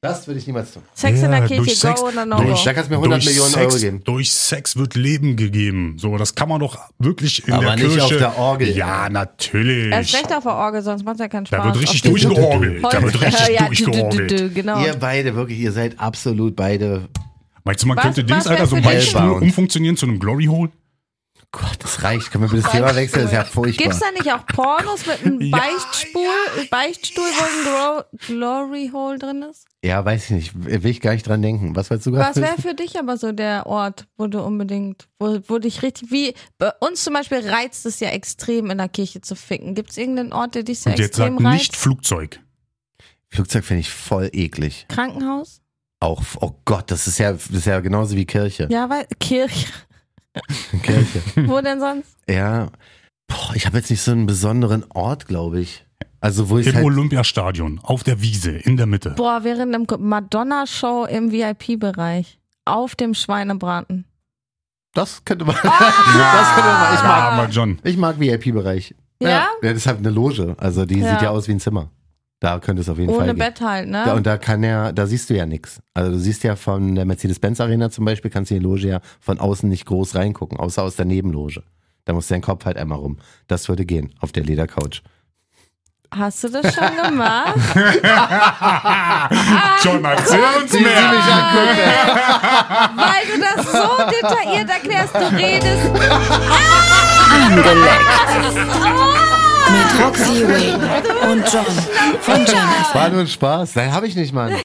Speaker 2: Das würde ich niemals tun.
Speaker 3: Sex in der Kirche,
Speaker 4: durch Sex,
Speaker 3: go oder no
Speaker 4: durch,
Speaker 3: go.
Speaker 2: Da kannst du mir 100
Speaker 4: durch
Speaker 2: Millionen
Speaker 4: Sex,
Speaker 2: Euro geben.
Speaker 4: Durch Sex wird Leben gegeben. So, das kann man doch wirklich in
Speaker 2: Aber
Speaker 4: der
Speaker 2: nicht
Speaker 4: Kirche.
Speaker 2: auf der Orgel.
Speaker 4: Ja, natürlich.
Speaker 3: Er ist schlecht auf der Orgel, sonst macht er keinen Spaß.
Speaker 4: Da wird richtig
Speaker 3: Auf
Speaker 2: durch-
Speaker 4: durchgeorgelt.
Speaker 3: dem
Speaker 4: Da wird
Speaker 3: Holz-
Speaker 4: richtig
Speaker 3: *laughs* Ja, dü- dü- dü-
Speaker 4: durchgeorgelt.
Speaker 3: dü- Genau.
Speaker 2: Ihr beide, wirklich, ihr seid absolut beide.
Speaker 4: Meinst du, man
Speaker 3: Was-
Speaker 4: könnte
Speaker 3: was
Speaker 4: Dings,
Speaker 3: wär
Speaker 4: Alter, so
Speaker 3: für
Speaker 4: ein
Speaker 3: dich-
Speaker 4: Beistuhl
Speaker 2: Hellbound.
Speaker 4: umfunktionieren zu einem Glory Hole?
Speaker 2: Gott, das reicht. Können wir bitte das Thema wechseln? Das ist ja furchtbar.
Speaker 3: Gibt's da nicht auch Pornos mit
Speaker 4: *laughs*
Speaker 3: einem
Speaker 4: Ja,
Speaker 3: Beichtstuhl, Beichtstuhl wo ein Gro Glory Hole drin ist?
Speaker 2: Ja, weiß ich nicht. Will ich gar nicht dran denken. Was wolltest du gerade
Speaker 3: Was wäre
Speaker 2: wissen?
Speaker 3: für dich aber so der Ort, wo du unbedingt, wo, wo dich richtig, wie bei uns zum Beispiel reizt es ja extrem in der Kirche zu ficken. Gibt's irgendeinen Ort, der dich so
Speaker 4: Und jetzt
Speaker 3: extrem
Speaker 4: sagt nicht
Speaker 3: reizt?
Speaker 4: Flugzeug.
Speaker 2: Flugzeug finde ich voll eklig.
Speaker 3: Krankenhaus?
Speaker 2: Auch, oh Gott, das ist ja, das ist ja genauso wie Kirche.
Speaker 3: Ja, weil
Speaker 4: *laughs*
Speaker 3: Kirche.
Speaker 2: Kirche.
Speaker 3: *laughs* wo denn sonst?
Speaker 2: Ja. Boah, ich habe jetzt nicht so einen besonderen Ort, glaube ich. Also, wo ich
Speaker 4: Im
Speaker 2: halt,
Speaker 4: Olympiastadion, auf der Wiese, in der Mitte.
Speaker 3: Boah, während dem Madonna-Show im VIP-Bereich. Auf dem Schweinebraten.
Speaker 2: das könnte man, das könnte man, ich
Speaker 4: ja,
Speaker 2: mag,
Speaker 4: aber John.
Speaker 2: ich mag VIP-Bereich.
Speaker 3: Ja?
Speaker 2: Das ist halt eine Loge. Also, die
Speaker 3: Ja.
Speaker 2: sieht ja aus wie ein Zimmer. Da könnte es auf jeden Fall
Speaker 3: Ohne
Speaker 2: gehen.
Speaker 3: Bett halt, ne?
Speaker 2: Da, und da kann ja, da siehst du ja nichts. Also du siehst ja von der Mercedes-Benz Arena zum Beispiel, kannst du in die Loge ja von außen nicht groß reingucken, außer aus der Nebenloge. Da musst du deinen Kopf halt einmal rum. Das würde gehen auf der Ledercouch.
Speaker 3: Hast du
Speaker 4: *laughs*
Speaker 3: das schon gemacht?
Speaker 4: John,
Speaker 3: *laughs*
Speaker 4: erzähl uns mehr.
Speaker 3: Weil du das so detailliert erklärst, du redest.
Speaker 1: Mit Roxy Wayne und John von Jonas.
Speaker 2: War nur ein Spaß. Nein, habe ich nicht, Mann.